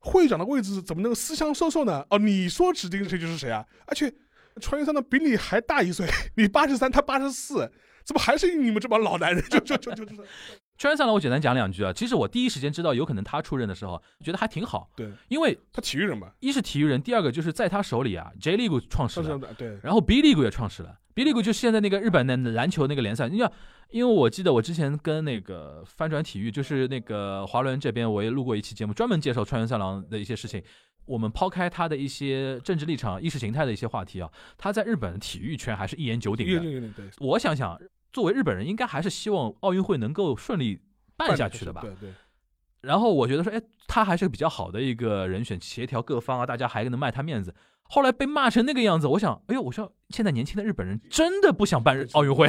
会长的位置怎么能私相授受呢？哦，你说指定谁就是谁啊！而且川原三呢比你还大一岁，你八十三，他八十四，怎么还是你们这帮老男人？就就就就就是，
川原上来，我简单讲两句啊。其实我第一时间知道有可能他出任的时候，觉得还挺好，
对
因为
他体育人嘛，
一是体育人，第二个就是在他手里啊，J League 创始
上
了
上，的对，
然后 B League 也创始了，B League 就是现在那个日本的篮球那个联赛。你要，因为我记得我之前跟那个翻转体育，就是那个华伦这边，我也录过一期节目，专门介绍川原三郎的一些事情。我们抛开他的一些政治立场、意识形态的一些话题啊，他在日本体育圈还是一言九鼎
有
的。
点有点对，
我想想，作为日本人，应该还是希望奥运会能够顺利办下去的吧？
对对，
然后我觉得说，哎，他还是个比较好的一个人选，协调各方啊，大家还能卖他面子。后来被骂成那个样子，我想，哎呦，我说现在年轻的日本人真的不想办日奥运会，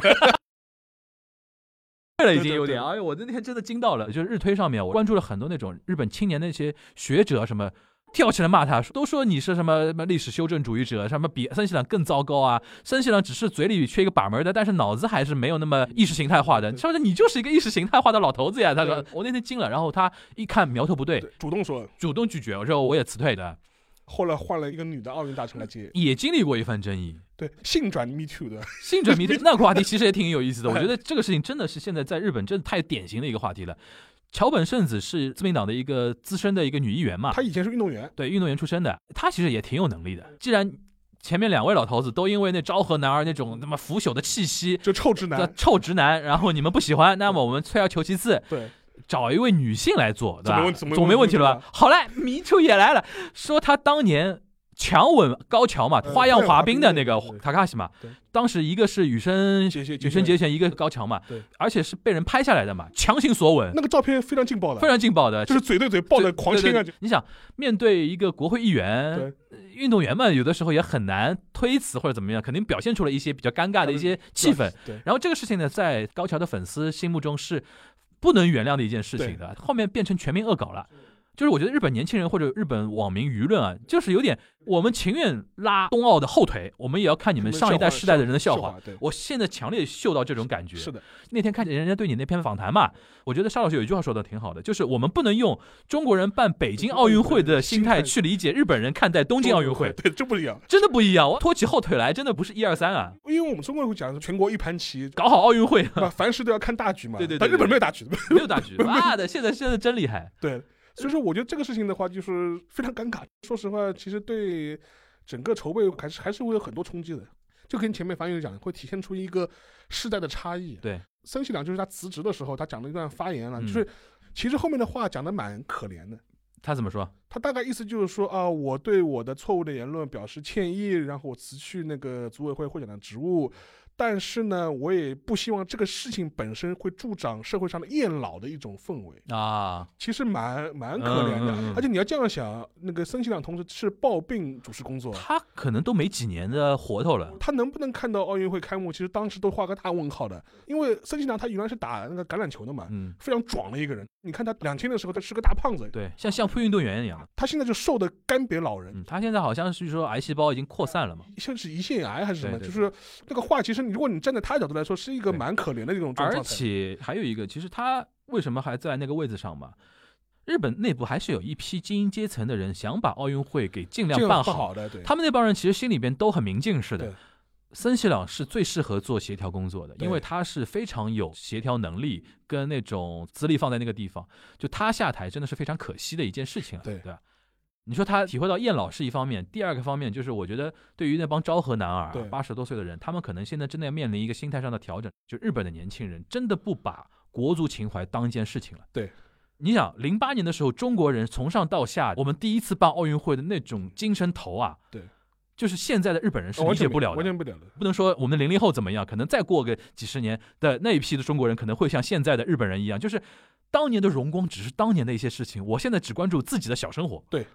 *laughs* 了已经有点，
对对
哎呦，我那天真的惊到了。就是日推上面，我关注了很多那种日本青年的那些学者啊什么。跳起来骂他，都说你是什么什么历史修正主义者，什么比森西朗更糟糕啊！森西朗只是嘴里缺一个把门的，但是脑子还是没有那么意识形态化的。他说你就是一个意识形态化的老头子呀！他说我那天惊了，然后他一看苗头不对，
对主动说，
主动拒绝，我说我也辞退的，
后来换了一个女的奥运大臣来接，
也经历过一番争议。
对，性转 Me Too 的，
性转迷那个话题其实也挺有
*laughs*
意思的，我觉得这个事情真的是现在在日本真的太典型的一个话题了。桥本圣子是自民党的一个资深的一个女议员嘛，
她以前是运动员，
对运动员出身的，她其实也挺有能力的。既然前面两位老头子都因为那昭和男儿那种他妈腐朽的气息。
就臭直男，
臭直男，然后你们不喜欢，那么我们退而求其次，
对，
找一位女性来做，对吧
总没问？总没
总没问题了
问
吧
题？
好嘞，迷兔也来了，说他当年强吻高桥嘛，
嗯
花样滑冰的那个
花样滑冰
塔卡西嘛
对，
当时一个是羽生
杰杰
羽生结弦，一个高桥嘛
对，
而且是被人拍下来的嘛，强行索吻
那，个照片非常劲爆
非
的，
常劲爆的，
就是嘴对嘴抱着狂亲啊，就
对。嗯你想面对一个国会议员
对、
运动员们，有的时候也很难推辞或者怎么样，肯定表现出了一些比较尴尬的一些气氛。，
对，
然后这个事情呢，在高桥的粉丝心目中是不能原谅的一件事情的，后面变成全民恶搞了。就是我觉得日本年轻人或者日本网民舆论啊，就是有点我们情愿拉冬奥的后腿，我们也要看你们上一代世代的人的笑话。，
对，
我现在强烈嗅到这种感觉。
是的，
那天看见人家对你那篇访谈嘛，我觉得沙老师有一句话说的挺好的，就是我们不能用中国人办北京奥运会的心态去理解日本人看待东京奥运会，
对，这不一样。
真的不一样。我拖起后腿来，真的不是一二三啊，
因为我们中国人会讲全国一盘棋，
搞好奥运会
那凡事都要看大局嘛。
对对对
但
对
日本没有大局，
*laughs* 没有大局，妈的，现在现在真厉害。
*laughs* 对。所以说，我觉得这个事情的话，就是非常尴尬。说实话，其实对整个筹备还是还是会有很多冲击的。就跟前面樊宇讲，会体现出一个世代的差异。
对，
森喜朗就是他辞职的时候，他讲了一段发言了，
嗯
就是其实后面的话讲的蛮可怜的。
他怎么说？
他大概意思就是说啊，我对我的错误的言论表示歉意，然后我辞去那个组委会会长的职务，但是呢，我也不希望这个事情本身会助长社会上的厌老的一种氛围，
啊，
其实蛮蛮可怜的。
嗯嗯嗯
而且你要这样想，那个森喜朗同志是抱病主持工作，
他可能都没几年的活头了。
他能不能看到奥运会开幕，其实当时都画个大问号的，因为森喜朗他原来是打那个橄榄球的嘛。
嗯，
非常壮的一个人，你看他两千的时候，他是个大胖子，
对，像相扑运动员一样。
他现在就瘦的干瘪老人，
嗯，他现在好像是说癌细胞已经扩散了嘛。
像是胰腺癌还是什么，
对
就
对
是那个话，其实你如果你站在他的角度来说，是一个
对
蛮可怜的一种状态。
而且还有一个，其实他为什么还在那个位置上嘛？日本内部还是有一批精英阶层的人想把奥运会给尽量
这个
办
不
好。
好的，对，
他们那帮人其实心里边都很明镜似的
对。
森喜朗是最适合做协调工作的，
对
因为他是非常有协调能力跟那种资历放在那个地方，就他下台真的是非常可惜的一件事情了，啊
对
吧？你说他体会到厌老是一方面，第二个方面就是我觉得对于那帮昭和男儿啊
对
八十多岁的人，他们可能现在真的要面临一个心态上的调整，就日本的年轻人真的不把国足情怀当一件事情了。
对，
你想零八年的时候，中国人从上到下，我们第一次办奥运会的那种精神头啊，
对，
就是现在的日本人是
完
理
全
解不了
完
的。
全不了的。
不能说我们的零零后怎么样，可能再过个几十年的那一批的中国人，可能会像现在的日本人一样，就是当年的荣光只是当年的一些事情，我现在只关注自己的小生活。
对，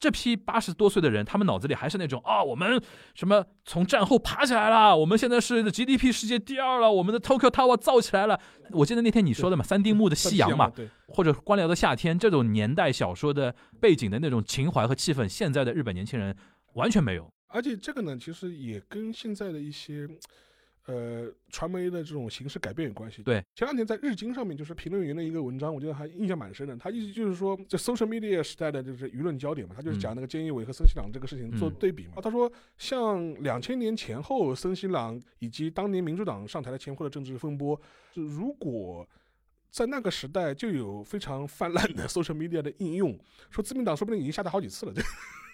这批八十多岁的人，他们脑子里还是那种啊，我们什么从战后爬起来了，我们现在是 GDP 世界第二了，我们的 Tokyo Tower 造起来了。我记得那天你说的嘛，三丁目
*laughs*
的夕阳嘛，
对，
或者《官僚的夏天》这种年代小说的背景的那种情怀和气氛，现在的日本年轻人完全没有。
而且这个呢，其实也跟现在的一些。呃传媒的这种形式改变有关系。
对，
前两天在日经上面就是评论员的一个文章，我觉得还印象蛮深的。他意思就是说，这 social media 时代的就是舆论焦点嘛，他就是讲那个菅义伟和森西朗这个事情做
嗯
对比嘛。他说，像两千年前后森西朗以及当年民主党上台的前后的政治风波，就如果在那个时代就有非常泛滥的 *laughs* social media 的应用，说自民党说不定已经下台好几次了。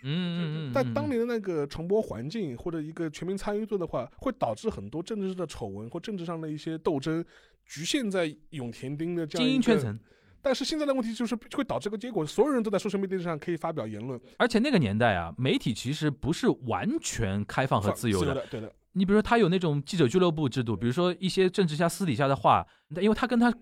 嗯嗯嗯，
但当年的那个传播环境或者一个全民参与度的话，会导致很多政治的丑闻或政治上的一些斗争局限在永田町的这样
精
一
英
个
圈。层，
但是现在的问题就是会导致个结果，所有人都在 social media 上可以发表言论，
而且那个年代啊，媒体其实不是完全开放和
发
啊自由的。
的，对的，
你比如说，他有那种记者俱乐部制度，比如说一些政治家私底下的话，那因为他跟他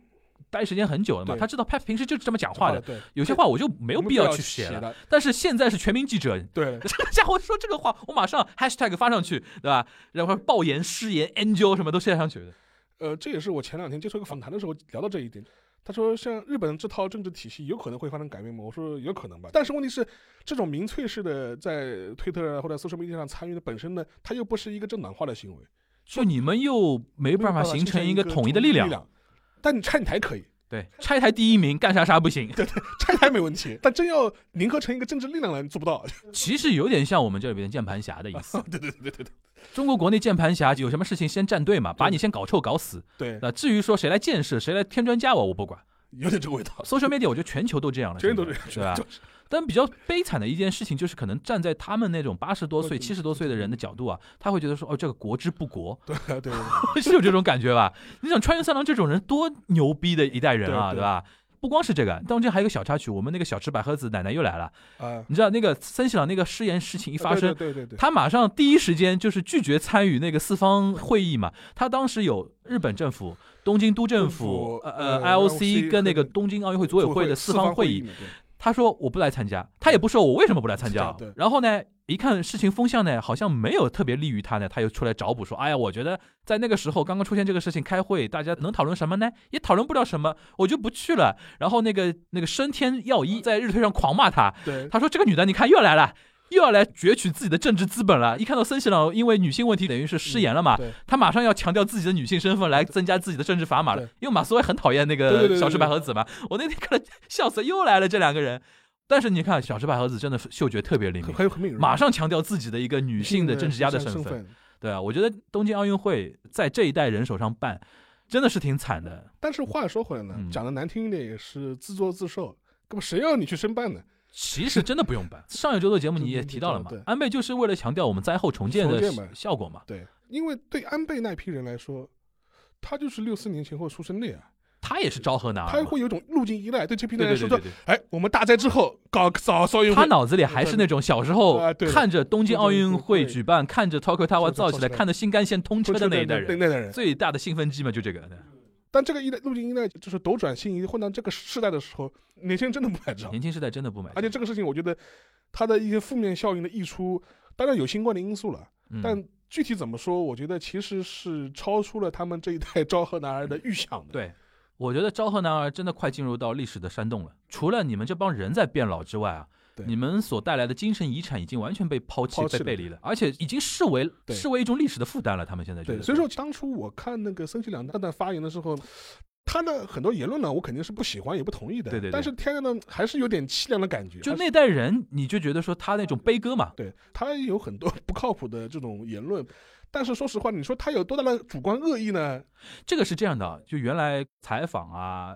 待时间很久了嘛，
对
他知道他平时就是这么讲话的，
对，
有些话我就没
没
有必要去写了。
的，
但是现在是全民记者，
对，
这个家伙说这个话，我马上 hashtag 发上去，对吧？然后爆言、失言、angel 什么都写上去的。
呃，这也是我前两天接受一个访谈的时候聊到这一点。他说，像日本这套政治体系有可能会发生改变吗？我说有可能吧，但是问题是，这种民粹式的在推特啊或者 social media 上参与的本身呢，它又不是一个正党化的行为，
就你们又没
没有
办法形成一个统一的力
力
量，
但你拆台可以，
对，拆台第一名干啥啥不行。
拆台没问题，但真要凝合成一个政治力量来，你做不到。 *laughs*
其实有点像我们这里边键盘侠的意 *laughs* 思。
对对对对对
中国国内键盘侠有什么事情先站队嘛，把你先搞臭搞死。
对，
那至于说谁来建设，谁来添砖加瓦，我不管。
有点这个味道，
social media 我觉得全球都这样了，
绝对都是
现在
这
对吧
样，？就是
*laughs* 但比较悲惨的一件事情就是，可能站在他们那种八十多
对
岁、七十多岁的人的角度啊，他会觉得说，哦，这个国之不国，
对 *laughs* 对对，
*laughs* 是有这种感觉吧？你想穿越三郎这种人多牛逼的一代人啊，
对对
对吧？不光是这个，当中还有一个小插曲，我们那个小池百合子奶奶又来了。
啊，
你知道那个森喜朗那个失言事情一发生，
对对对对，
他马上第一时间就是拒绝参与那个四方会议嘛。他当时有日本政府、东京都政府、
政府
呃
呃
IOC
IOC
跟那个东京奥运会组委会的四方会议，，他说我不来参加，他也不说我为什么不来参加啊
对。
然后呢，一看事情风向呢，好像没有特别利于他呢，他又出来找补说，哎呀，我觉得在那个时候刚刚出现这个事情，开会大家能讨论什么呢？也讨论不了什么，我就不去了。然后那个那个升天耀一在日推上狂骂他，
对
他说这个女的你看又来了。又要来攫取自己的政治资本了。一看到森喜朗因为女性问题等于是失言了嘛，
对
他马上要强调自己的女性身份来增加自己的政治砝码了
对。
因为马斯威很讨厌那
对对对
个
对
小池百合子嘛，我那天看了笑死，又来了这两个人。但是你看，小池百合子真的嗅觉特别灵
很
敏，
很很敏锐，
马上强调自己的一个女性的政治家的身
身
份。。对啊，我觉得东京奥运会在这一代人手上办，真的是挺惨的。
但是话说回来呢，
嗯
讲的难听一点也是自作自受。那么谁要你去申办呢？
其实真的不用办。 *laughs* 上一周的节目你也提到了嘛
对对，
安倍就是为了强调我们灾后重建的
重建嘛
效果嘛，
对，因为对安倍那批人来说，他就是六四年前后出生的呀，
他也是昭和男儿
他
嘛。
会有一种路径依赖。对这批
对
人
啊对
来说，
对
说
对对，
哎，我们大灾之后搞搞奥运
他
会，
脑子里还是那种小时候
啊对的
看着东京奥运会举办，看着 Tokyo Tower
造
造
起
起
来
来，看着新干线 *laughs* 通车
出
的那一代
对
人，
那代人。
最大的兴奋剂嘛，就这个。
但这个依赖路径依赖就是斗转星移，混到这个时代的时候，年轻人真的不买账。
年轻时代真的不买账，
而且这个事情，我觉得它的一些负面效应的溢出，当然有新冠的因素了。
嗯
但具体怎么说，我觉得其实是超出了他们这一代昭和男儿的预想的。
对，我觉得昭和男儿真的快进入到历史的山洞了。除了你们这帮人在变老之外啊
对，
你们所带来的精神遗产已经完全被抛弃、
抛弃
被
了
背离了，而且已经视为
对
视为一种历史的负担了。他们现在觉
对，
得，
所以说当初我看那个森崎良太太发言的时候，他的很多言论呢，我肯定是不喜欢也不同意的。
对对对
但是天呢，还是有点凄凉的感觉。
就
还是
那代人，你就觉得说他那种悲歌嘛，
对他有很多 *laughs* 不靠谱的这种言论。但是说实话，你说他有多大的主观恶意呢？
这个是这样的啊，就原来采访啊、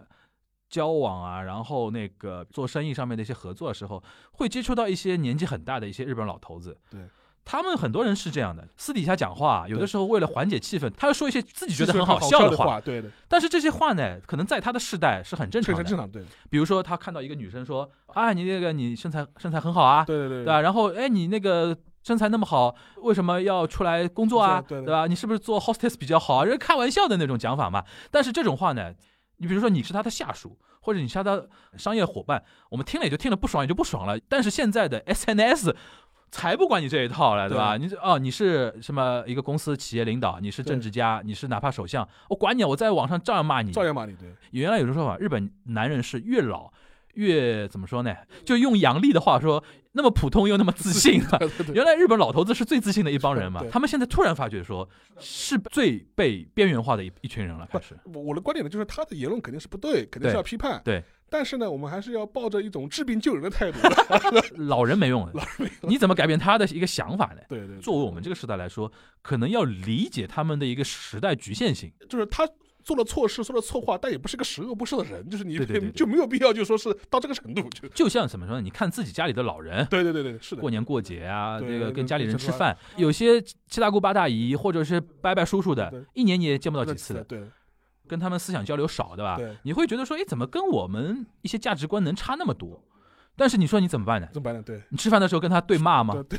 交往啊，然后那个做生意上面的一些合作的时候，会接触到一些年纪很大的一些日本老头子。
对。
他们很多人是这样的，私底下讲话啊，有的
对
时候为了缓解气氛，他要说一些自己觉得
是
很
很
好
笑
笑的
话，
话。
对的，
但是这些话呢，可能在他的世代是很正
这
常
是正
的。
常，对的，
比如说，他看到一个女生说：“啊，你那个你身材身材很好啊，
对对对
对吧？然后哎，你那个身材那么好，为什么要出来工作啊？
对对对
吧？你是不是做 hostess 比较好啊？人开玩笑的那种讲法嘛。但是这种话呢，你比如说你是他的下属，或者你是他的商业伙伴，我们听了也就听了，不爽也就不爽了。但是现在的 SNS。才不管你这一套了，对吧？你这哦，你是什么一个公司企业领导，你是政治家，你是哪怕首相，我管你啊，我在网上照样骂你。 *laughs*
照样骂你，对，
原来有种说法，日本男人是越老越怎么说呢？就用杨笠的话说，那么普通又那么自信
*laughs*
啊。
对对对
原来日本老头子是最自信的一帮人嘛
对，
他们现在突然发觉说，是最被边缘化的一一群人了，
*laughs*
开始。
我我的观点呢，就是他的言论肯定是不对，肯定
对
是要批判。
对，
但是呢，我们还是要抱着一种治病救人的态度。 *laughs*
老人没用的，你怎么改变他的一个想法呢？
对对对，
作为我们这个时代来说，可能要理解他们的一个时代局限性。
就是他做了错事，说了错话，但也不是个十恶不赦的人，就是你
对对对对
就没有必要就说是到这个程度。就
就像怎么说呢？你看自己家里的老人，
对对对对，是的
过，年过节啊，
对
这个
对
跟家里
对
人
这
吃
是
饭，有些七大姑八大姨或者是伯伯叔叔
对
的，一年你也见不到
那
几次的，
对
跟他们思想交流少，对吧？
对，
你会觉得说，哎，怎么跟我们一些价值观能差那么多？但是你说你怎么办呢？
怎么办呢？对
你吃饭的时候跟他对骂吗
对？对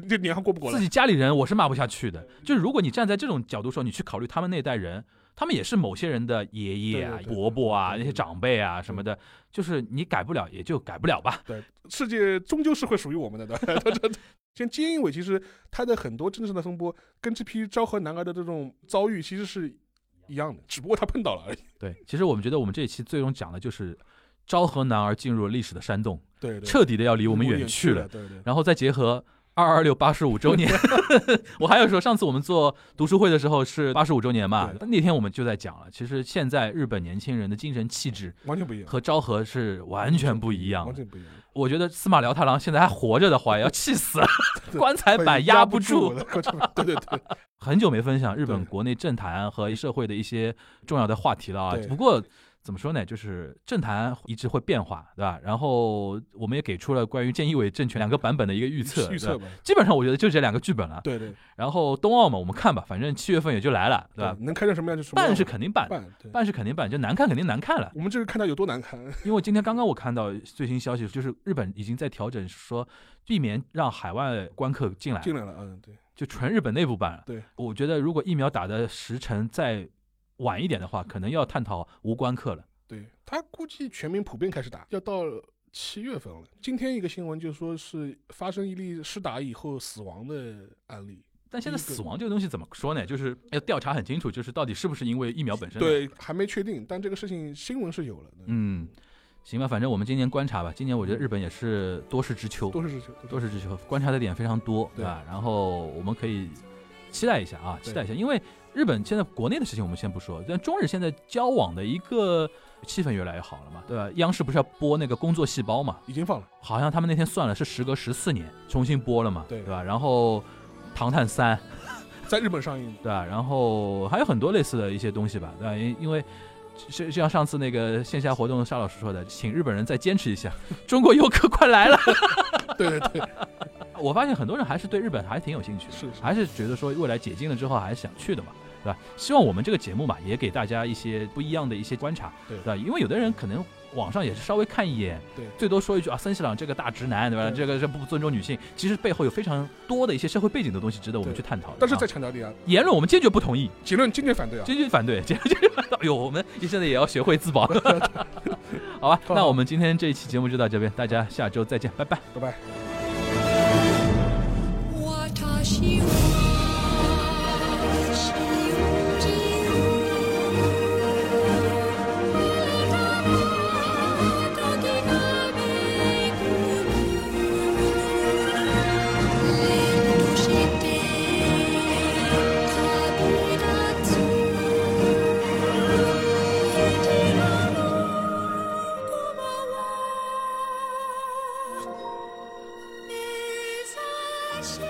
对，这年还过不过
自
来？
己家里人我是骂不下去的。就是如果你站在这种角度说，你去考虑他们那代人，他们也是某些人的爷爷啊
对对、对
伯伯啊、
对对
那
对
些长辈啊什么的，就是你改不了，也就改不了吧。
世界终究是会属于我们的， *laughs* 对吧对对。像菅义伟，其实他的很多政治上的风波，跟这批昭和男儿的这种遭遇其实是一样的，只不过他碰到了而已。
对，其实我们觉得我们这一期最终讲的就是昭和男儿进入了历史的山洞，
对对，
彻底的要离
离
我们远去
去
了。
对对。
然后再结合二二六八十五周年， *laughs* 我还有说，上次我们做读书会的时候是八十五周年嘛，
对
那天我们就在讲了，其实现在日本年轻人的精神气质
完全不一样，
和昭和是完全不一样
完
的。
全不一样，
我觉得司马辽太郎现在还活着的话，也要气死
*laughs*
了，
对
棺材板哎压
压
不
住我
住。
的，
*laughs*
对对对，
很久没分享日本
对
国内政坛和社会的一些重要的话题了啊
对。
不过怎么说呢，就是政坛一直会变化，对吧？然后我们也给出了关于菅义伟政权两个版本的一个预测，
预
对吧
测吧，
基本上我觉得就这两个剧本了。
对对
然后冬奥嘛，我们看吧，反正七月份也就来了，对吧？
能看成什么样就什么样，
办是肯定办，
办，对，
办是肯定办，就难看肯定难看了。
我们这个看他有多难看，
因为今天刚刚我看到最新消息，就是日本已经在调整，说避免让海外观客进来，
进来了，嗯，对，
就纯日本内部办了。
对，
我觉得如果疫苗打的时辰再晚一点的话，可能要探讨无观客了。
对他估计全民普遍开始打，要到七月份了。今天一个新闻就说是发生一例施打以后死亡的案例，
但现在
第一个
死亡这个东西怎么说呢？就是要调查很清楚，就是到底是不是因为疫苗本身。，
对，还没确定，但这个事情新闻是有了，嗯，
嗯，行吧，反正我们今年观察吧。今年我觉得日本也是多事之秋，
多是这
多事之秋，观察的点非常多，
对
对吧？然后我们可以期待一下啊，
对
期待一下，因为日本现在国内的事情我们先不说，但中日现在交往的一个气氛越来越好了嘛，对吧？央视不是要播那个《工作细胞》嘛？
已经放了，
好像他们那天算了是时隔十四年重新播了嘛，
对
吧？然后《唐探三》
在日本上映，
对吧？然后还有很多类似的一些东西吧，对吧？因因为就就像上次那个线下活动沙老师说的，请日本人再坚持一下， *laughs* 中国游客快来了。
对对对，
我发现很多人还是对日本还挺有兴趣的，
是是
还是觉得说未来解禁了之后还是想去的嘛，对吧？希望我们这个节目嘛，也给大家一些不一样的一些观察，
对
吧？因为有的人可能网上也是稍微看一眼，
对
最多说一句啊，森西朗这个大直男，对吧？
对
这个是不尊重女性，其实背后有非常多的一些社会背景的东西值得我们
对
去探讨的啊。
但是再强调一点啊，
言论我们坚决不同意，
结论坚决反对啊，
坚决反对，坚决反对。哎 *laughs* 呦，我们现在也要学会自保， *laughs* 好吧？
*laughs* 好
那我们今天这一期节目就到这边，大家下周再见，拜拜。
拜拜。
私は信じるただ時がめくれとして旅立つこちらの駒は目指して